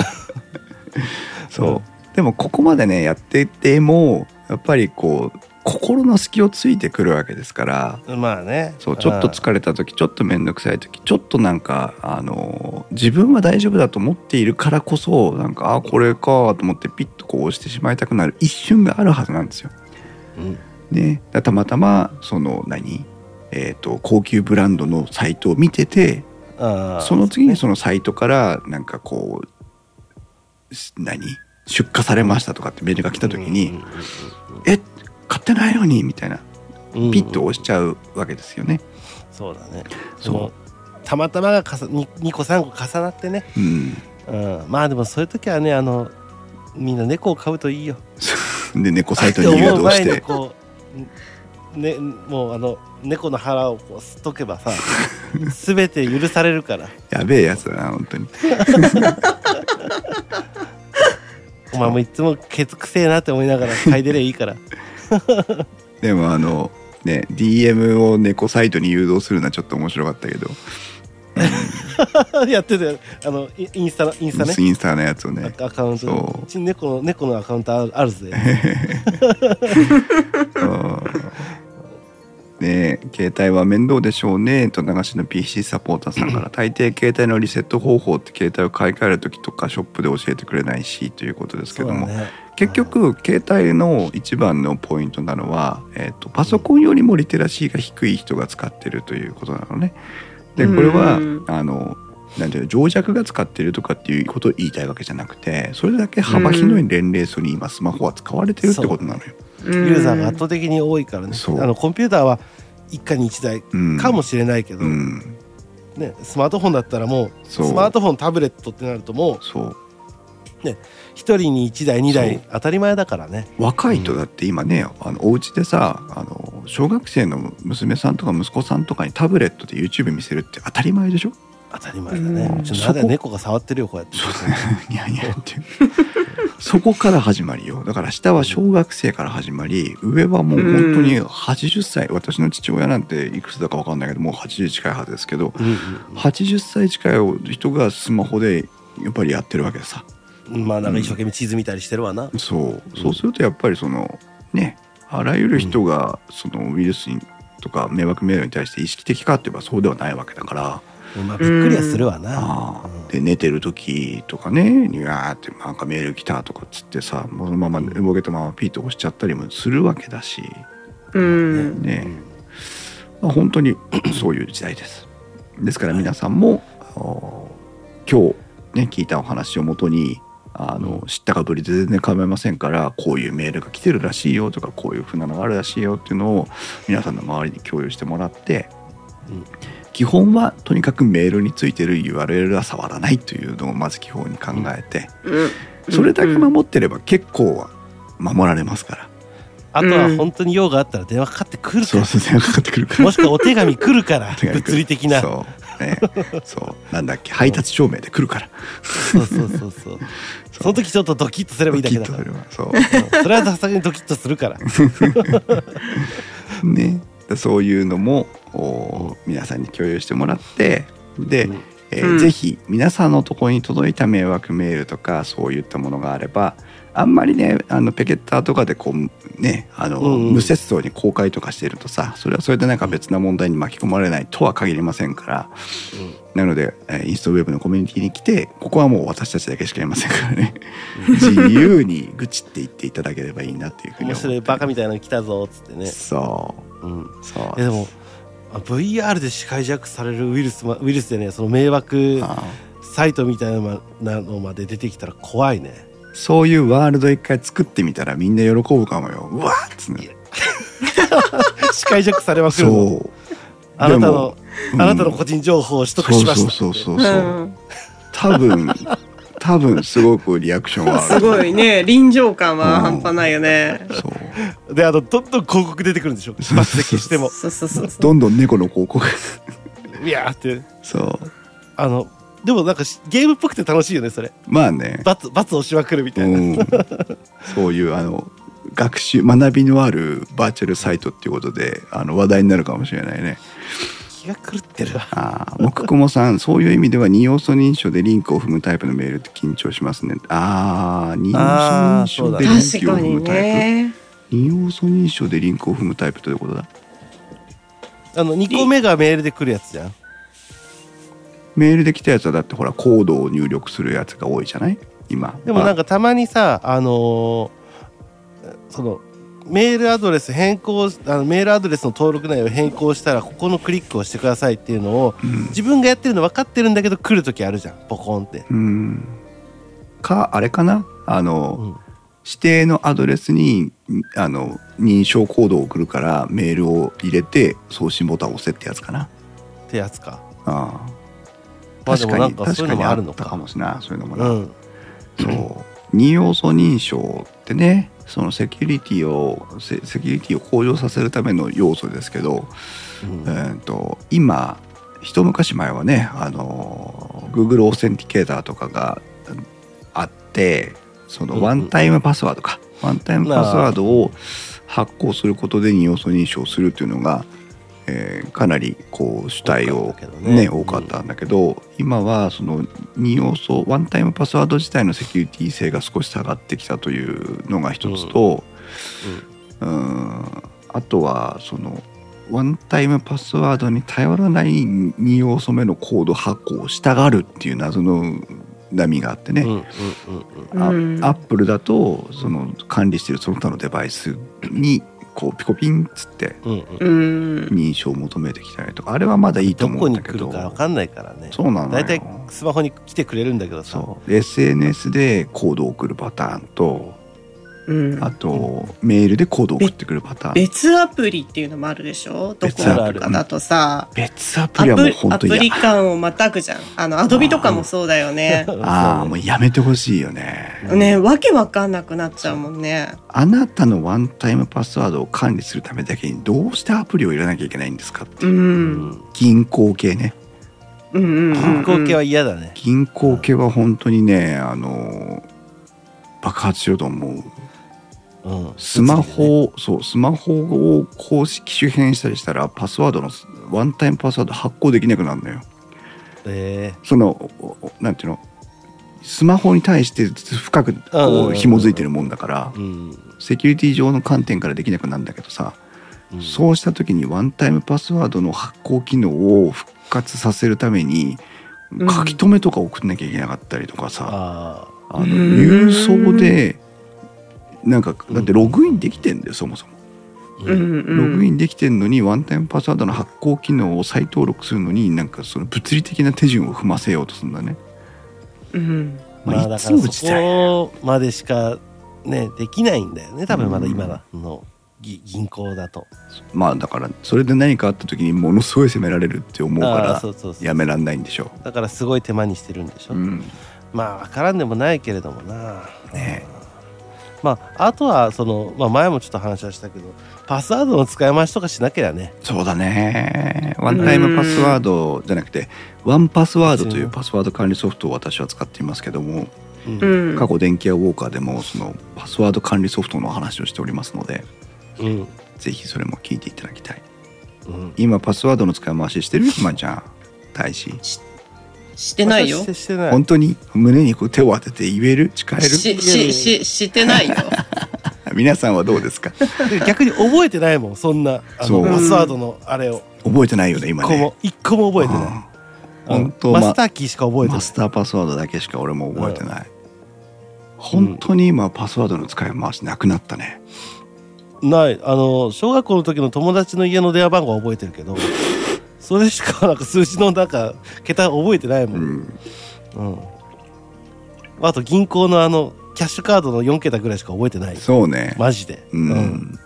A: そうでもここまでねやっててもやっぱりこう心の隙をついてくるわけですから
B: まあね
A: そうちょっと疲れた時ちょっと面倒くさい時ちょっとなんかあの自分は大丈夫だと思っているからこそなんかあこれかと思ってピッとこう押してしまいたくなる一瞬があるはずなんですよ。
B: うん
A: ね、だたまたまその何、えー、と高級ブランドのサイトを見てて
B: あー
A: その次にそのサイトからなんかこうし何出荷されましたとかってメールが来た時に、
B: うんうん
A: え買ってないのにみたいな
B: うんうん
A: ピッと押しちゃうわけですよね。
B: そうだね
A: そう
B: そのたまたまがかさ 2, 個3個重なってね、
A: うん
B: うん、まあでもそういう時はねあのみんな猫を飼うといいよ
A: で猫サイトに誘導し
B: って
A: て
B: 思う前にこう、ね、もうあの猫の腹をこうすっとけばさ全て許されるから
A: やべえやつだな本当に。
B: お前もいつもケツくせえなって思いながら嗅いでりゃいいから
A: でもあのね DM を猫サイトに誘導するのはちょっと面白かったけど、
B: やってたよあのイインスタのインスタね
A: インスタのやつをね
B: アカウン
A: そ
B: ト
A: う
B: うちに猫の猫のアカウントあるあるぜ
A: うんねえ携帯は面倒でしょうねと流しの PC サポーターさん から大抵携帯のリセット方法って携帯を買い替える時とかショップで教えてくれないしということですけ
B: そう
A: ども、
B: だね
A: 結局携帯の一番のポイントなのは、えっとパソコンよりもリテラシーが低い人が使ってるということなのね。でこれは
C: うん
A: あのなんていうの情弱が使ってるとかっていうことを言いたいわけじゃなくてそれだけ幅広い年齢層に今スマホは使われてるってことなのよ。
B: ユーザーが圧倒的に多いからね
A: そう
B: あのコンピューターは一家に一台
A: うん
B: かもしれないけ
A: う
B: ど、
A: ん、
B: ね、スマートフォンだったらもう
A: そう
B: スマートフォンタブレットってなるともう
A: そう
B: 一人に一台二台
A: そ
B: 当たり前だからね
A: 若いとだって今ね、あのお家でさあの小学生の娘さんとか息子さんとかにタブレットで YouTube 見せるって当たり前でしょ
B: 当たり前だね、
C: う ん
B: ちょっとまだ猫が触ってるよこうやって
A: ニャーニャーっていう そこから始まりよだから下は小学生から始まり上はもう本当に80歳、私の父親なんていくつだか分かんないけどもう80近いはずですけど80歳近い人がスマホでやっぱりやってるわけさ
B: うんまあなんか一生懸命地図見たりしてるわな。
A: そうそうするとやっぱりそのねあらゆる人がそのウイルスにとか迷惑メールに対して意識的かって言えばそうではないわけだから。
B: まあびっくりはするわな
A: あ。あで寝てる時とかねにわーってなんかメール来たとかっつってさもうそのまま動けたままピーと押しちゃったりもするわけだし
C: うん。
B: う
A: ね、
B: ん
A: まあ、本当 にそういう時代ですですから皆さんも、あの今日ね聞いたお話をもとにあの知ったかぶりで全然構いませんからこういうメールが来てるらしいよとかこういうふうなのがあるらしいよっていうのを皆さんの周りに共有してもらって、
B: うん
A: 基本はとにかくメールについてる URL は触らないというのをまず基本に考えて、
C: うん。
A: それだけ守ってれば結構は守られますから、
B: あとは本当に用があったら電話かかってくるか
A: そう
B: ら
A: で。すねかかってくるから
B: もしくはお手紙来るから
A: 手が行く
B: 物理的な。そ
A: そう,、ね、そうなんだっけ配達証明で来るから
B: うそうそうそう。その時ちょっとドキッとすればいいだけだ
A: ド
B: か
A: キッと
B: ら
A: す。るわそ
B: うんそれはさすがにドキッとするから。
A: うねだそういうのもおー皆さんに共有してもらってで、
B: うん
A: えー
C: うん
A: ぜひ皆さんのところに届いた迷惑メールとかそういったものがあればあんまりねあのペケッターとかでこうねあの、
B: うんうん
A: 無節操に公開とかしてるとさそれはそれでなんか別な問題に巻き込まれないとは限りませんからなので、えーインストウェブのコミュニティに来てここはもう私たちだけしかいませんからね 自由に愚痴って言っていただければいいなっていうふうに
B: 面
A: 思って
B: 白いバカみたいなの来たぞっつってね。
A: そ
B: うん
A: うそう
B: いやでもあ VR で視界弱されるウイルスまウイルスでねその迷惑
A: あ
B: サイトみたいなのまなのまで出てきたら怖いね
A: ーそういうワールド一回作ってみたらみんな喜ぶかもようわーっつって
B: 視界弱されまくるの
A: そう
B: あな
A: で
B: たの
A: も、うん
B: あなたの個人情報を取得しました
A: そうそうそううそうそう多分多分すごくリアクションはある
C: すごいね臨場感は半端ないよね。
A: そう
B: であのどんどん広告出てくるんでしょ一発で消しても
C: そうそうそうそう。
A: どんどん猫の広告
B: いやーって
A: そう
B: あのでもなんかしゲームっぽくて楽しいよねそれ
A: まあね
B: 罰罰をしまくるみたいな、
A: うん、そういうあの学習学びのあるバーチャルサイトっていうことであの話題になるかもしれないね。
B: 気が狂ってるわ
A: ああ、もくくもさん、そういう意味では二要素認証でリンクを踏むタイプのメールって緊張しますね。ああ、二要素認証でリン
C: 確
A: クを
C: か
A: 踏
C: に
A: むタイプ。
C: ね。
A: 二要素認証でリンクを踏むタイプということだ。
B: あの2個目がメールで来るやつじゃん
A: メールで来たやつはだってほらコードを入力するやつが多いじゃない？今。
B: でもなん
A: か
B: かたまにさあのーそのメールアドレス変更あのメールアドレスの登録内容を変更したらここのクリックをしてくださいっていうのを自分がやってるの分かってるんだけど来る時あるじゃんポコンって、
A: うん。かあれかな？あの。
B: うん
A: 指定のアドレスにあの認証コードを送るからメールを入れて送信ボタンを押せってやつかな。
B: ってやつか
A: ああ
B: まあでもなんか
A: 確
B: そういうのもあるの
A: 確にあったか
B: か
A: もしれないそういうのも
B: う
A: な、
B: ん
A: そう二要素認証ってねそのセキュリティをセセキュリティを向上させるための要素ですけど、
B: うん
A: えー、と今一昔前はねあの Google オーセンティケーターとかがうんあってそ
B: うんう
A: の
B: ん
A: ワンタイムパスワードか、ワンタイムパスワードを発行することで二要素認証するっていうのが、えーかなりこう主体
B: 多
A: を
B: かったけどね
A: ね多かったんだけど、今はその二要素ワンタイムパスワード自体のセキュリティ性が少し下がってきたというのが一つと、うんあとはそのワンタイムパスワードに頼らない2要素目のコード発行をしたがるっていう謎の波があってね、
B: うんうんうん
A: あ
C: うん
A: アップルだとその管理してるその他のデバイスにこうピコピンっつって
B: うんうんうん
C: うん。
A: 認証を求めてきたりとかあれはまだいいと
B: ど
A: 思う
B: こ
A: ん
B: に
A: だけ
B: 来る
A: ど
B: か分かんないからね
A: そうなの
B: 大
A: よ
B: 体スマホに来てくれるんだけどさ
A: そう SNS でコードを送るパターンと
C: うん。
A: あとメールでコードを送ってくるパターン
C: 別アプリっていうのもあるでしょ。どこ
A: 別ア
B: プ
C: と
B: リ
C: かだとさ。
A: 別ア
C: ア
A: プリはもう
C: プ
A: 本
C: ア
A: 当
C: プ
A: に
C: リ
A: 嫌
C: 感をまたぐじゃん。あの、アドビとかもそうだよね。
A: ああも
B: う
A: うやめてほしいよね
C: ね、わけわかんなくなっちゃうもんね。
A: あなたのワンタイムパスワードを管理するためだけにどうしてアプリを入れなきゃいけないんですかって
C: う
A: いう、
C: ん。
A: 銀行系ね
C: うんうんうんうん。
B: 光景は嫌だね
A: 銀行系は本当にねあの爆発しようと思う
B: うん、
A: スマホを、そうスマホを公式周辺したりしたらパスワードのワンタイムパスワード発行できなくなるのよ
B: え
A: そのおおなんていうのスマホに対して深く
B: うんうんうん
A: こ
B: う
A: うん紐づいてるもんだから
B: ーうん
A: セキュリティ上の観点からできなくなるんだけどさ、
B: うん
A: そうした時にワンタイムパスワードの発行機能を復活させるために
C: うん
A: 書き留めとか送んなきゃいけなかったりとかさ、
B: あ
A: あの
C: うーん
A: 郵送でなんか
B: うん
A: だってログインできてんだよそもそも
B: ー
C: うんうん
A: ログインできてんのにワンタイムパスワードの発行機能を再登録するのになんかその物理的な手順を踏ませようとするんだね、
C: うん
A: まあ、
B: だ
A: い
B: か
A: つも
B: ら
A: 自体
B: そこまでしかねできないんだよね多分まだ今のぎ銀行だと
A: まあだからそれで何かあった時にものすごい責められるって思う
B: あー
A: か
B: そうそうそう
A: らやめらんないんでしょ
B: だからすごい手間にしてるんでしょ、
A: う、うん、
B: まあ分からんでもないけれどもな
A: ね
B: まああとはその、まあ、前もちょっと話はしたけどパスワードの使い回しとかしなきゃね
A: そうだねワンタイムパスワードじゃなくてワンパスワードというパスワード管理ソフトを私は使っていますけども
B: うん
C: う
B: うん
C: ん
A: 過去電気屋ウォーカーでもそのパスワード管理ソフトの話をしておりますので
B: うん
A: ぜひそれも聞いていただきたい今パスワードの使い回ししてるひまちゃん大使
C: してないよ
B: 私してしてない
A: 本当に胸にこう手を当てて言える誓える
C: ししししてな いよ
A: 皆さんはどうです か
B: で逆に覚えてないもんそんなあ
A: そ
B: の
A: う
B: パスワードのあれを
A: 覚えてないよね
B: 一
A: 今
B: 個
A: ね
B: も一個も覚えてない
A: うん
B: あの
A: 本当
B: マ
A: ま
B: スターキーしか覚えてな
A: マ
B: い
A: スターパスワードだけしか俺も覚えてない、本当に今パスワードの使い回しなくなったね、
B: ないあの小学校の時の友達の家の電話番号は覚えてるけどそれしかなんか数字のなんか桁覚えてないも、
A: うんん、
B: うんあと銀行のあのキャッシュカードの4桁ぐらいしか覚えてない
A: そうね
B: マジで
A: うん、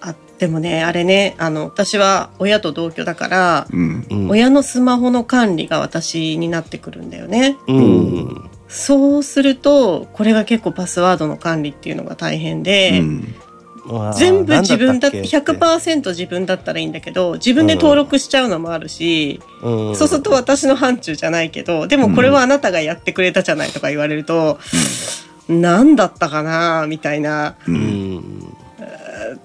C: あでもねあれねあの私は親と同居だから、
A: うん
B: うん
C: 親のスマホの管理が私になってくるんだよね
B: うん
C: そうするとこれが結構パスワードの管理っていうのが大変で、
A: うん
B: あー
C: 全部自分だって
B: なんっ
C: 100%自分だったらいいんだけど自分で登録しちゃうのもあるし、
B: けうん
C: そうすると私の範疇じゃないけどでもこれはあなたがやってくれたじゃないとか言われると、何だったかなみたいな
A: う
B: うんん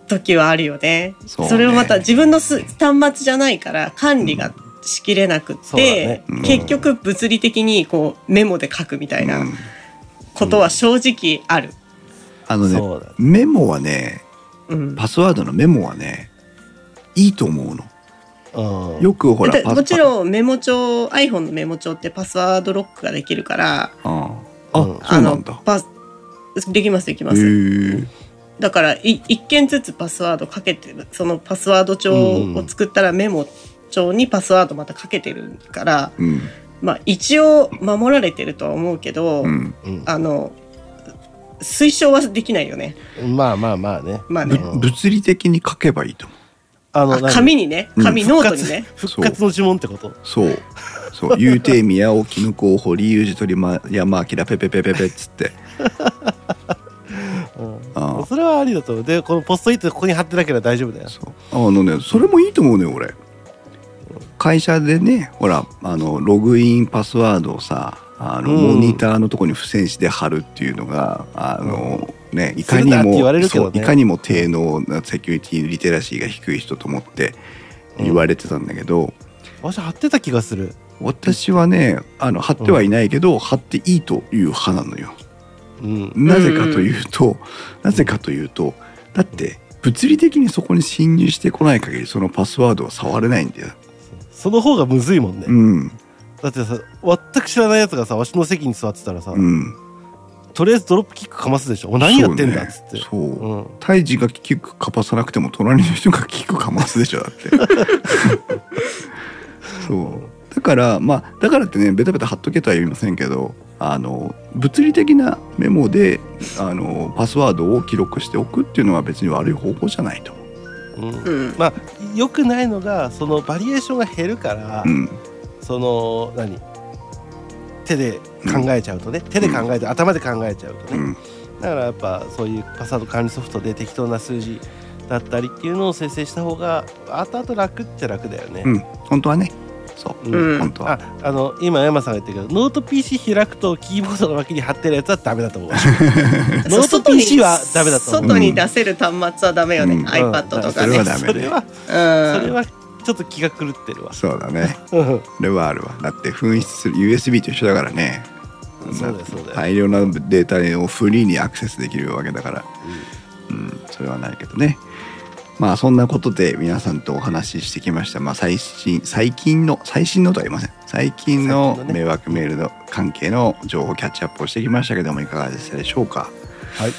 C: 時はあるよね
A: そうね
C: れをまた自分のす端末じゃないから管理がしきれなくっ
B: そうだ
C: て
B: ね、
A: うん
C: 結局物理的にこうメモで書くみたいな
A: うん
C: ことは正直ある。
A: あのね
B: そうだ
A: メモはね
C: うん
A: パスワードのメモはねいいと思うの
B: うん
A: よくほら
C: だ
A: パ
C: もちろんメモ帳 iPhone のメモ帳ってパスワードロックができるから
A: パああ、
B: うん
A: そうなん
C: あの
A: だ
C: パスできますでき
A: へ
C: ます、
A: え
C: だからい一件ずつパスワードかけてるそのパスワード帳を作ったらメモ帳にパスワードまたかけてるから、
A: うん
C: まあ、一応守られてるとは思うけど、
A: うん
B: うん
C: あの推奨はできないよね
B: まあまあまあね
C: まあ
A: ぶ
C: ね
B: うん
A: 物理的に書けばいいと思
B: あ
C: あ
B: の何
C: 紙にね
A: うん
C: 紙ノートにね、
B: 復活復活の呪文ってこと
A: うそうそう「ゆうていみやおきぬこうほりゆうじとりまやまあきらペペペペペ」っつって
B: うん
A: あ
B: それはありだと思うでこのポストイットここに貼ってなければ大丈夫だよ
A: あそうあのねそれもいいと思うね俺会社でねほらあのログインパスワードをさあの、
B: うん
A: モニターのとこに付箋紙で貼るっていうのがあの、ねいかに
B: するなって言われ
A: も
B: るけど
A: そ
B: ね
A: ういかにも低能なセキュリティリテラシーが低い人と思って言われてたんだけど、
B: わし貼ってた気がする
A: 私はねあの貼ってはいないけど、貼っていいという派なのよ。
B: うん
A: なぜかというと、なぜかというとだって物理的にそこに侵入してこない限りそのパスワードは触れないんだよ。
B: その方がむずいもんね
A: うん
B: だってさ全く知らないやつがさわしの席に座ってたらさ
A: うん、
B: とりあえずドロップキックかますでしょお何やってんだっつって
A: そう,、ね、そう
B: うん
A: 胎児がキックかまさなくても隣の人がキックかますでしょだって そうだからまあだからってねベタベタ貼っとけとは言いませんけどあの物理的なメモであのパスワードを記録しておくっていうのは別に悪い方法じゃないと思う。
B: うん
C: うん
B: まあ良くないのがそのバリエーションが減るから
A: うん
B: その何手で考えちゃうとね手で考えて頭で考えちゃうと
A: う
B: ね
A: ん
B: だからやっぱそういうパスワード管理ソフトで適当な数字だったりっていうのを生成した方が後々楽っちゃ楽だよね
A: うん、本当はねそう、
B: うん
A: 本当は
B: ああの今山さんが言ったけどノート PC 開くとキーボードの脇に貼ってるやつはダメだと 思うノート
C: 外に
B: PC はダメだと思う
C: 外に出せる端末はダメよね、
A: うん
C: iPad とか
A: それ
C: ね
A: はダメ
B: それはそれ
C: うん
B: はちょっと気が狂ってるわ
A: そうだね
B: うん
A: それはあるわだって紛失する USB と一緒だからね
B: そうだよそうだよ
A: 大量なデータをフリーにアクセスできるわけだから、うん、それはないけどねまあそんなことで皆さんとお話ししてきました、まあ、最新最近の最新のとは言いません最近の
B: 最近のね
A: 迷惑メールの関係の情報キャッチアップをしてきましたけどもいかがでしたでしょうか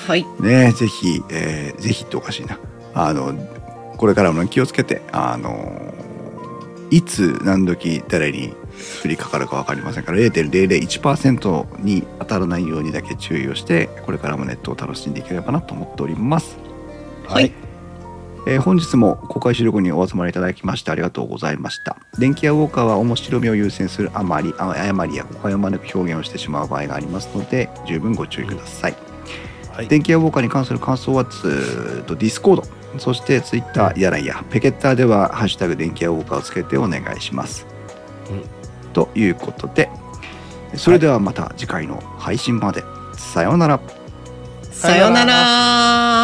C: はい
A: ねぜひ、えーぜひっておかしいなあのこれからも気をつけてあのいつ何時誰に降りかかるか分かりませんから0.001%に当たらないようにだけ注意をしてこれからもネットを楽しんでいければなと思っております、
C: はい
A: えー本日も公開収録にお集まりいただきましてありがとうございました電気屋ウォーカーは面白みを優先するあまりあ誤りや誤解を招く表現をしてしまう場合がありますので十分ご注意ください
B: はい
A: 電気屋ウォーカーに関する感想はツーとディスコードそしてツイッターやらんやペケッターでは「ハッシュタグ電気屋ウォーカー」をつけてお願いします、
B: うん
A: ということでそれではまた次回の配信まで、さようなら
C: さようなら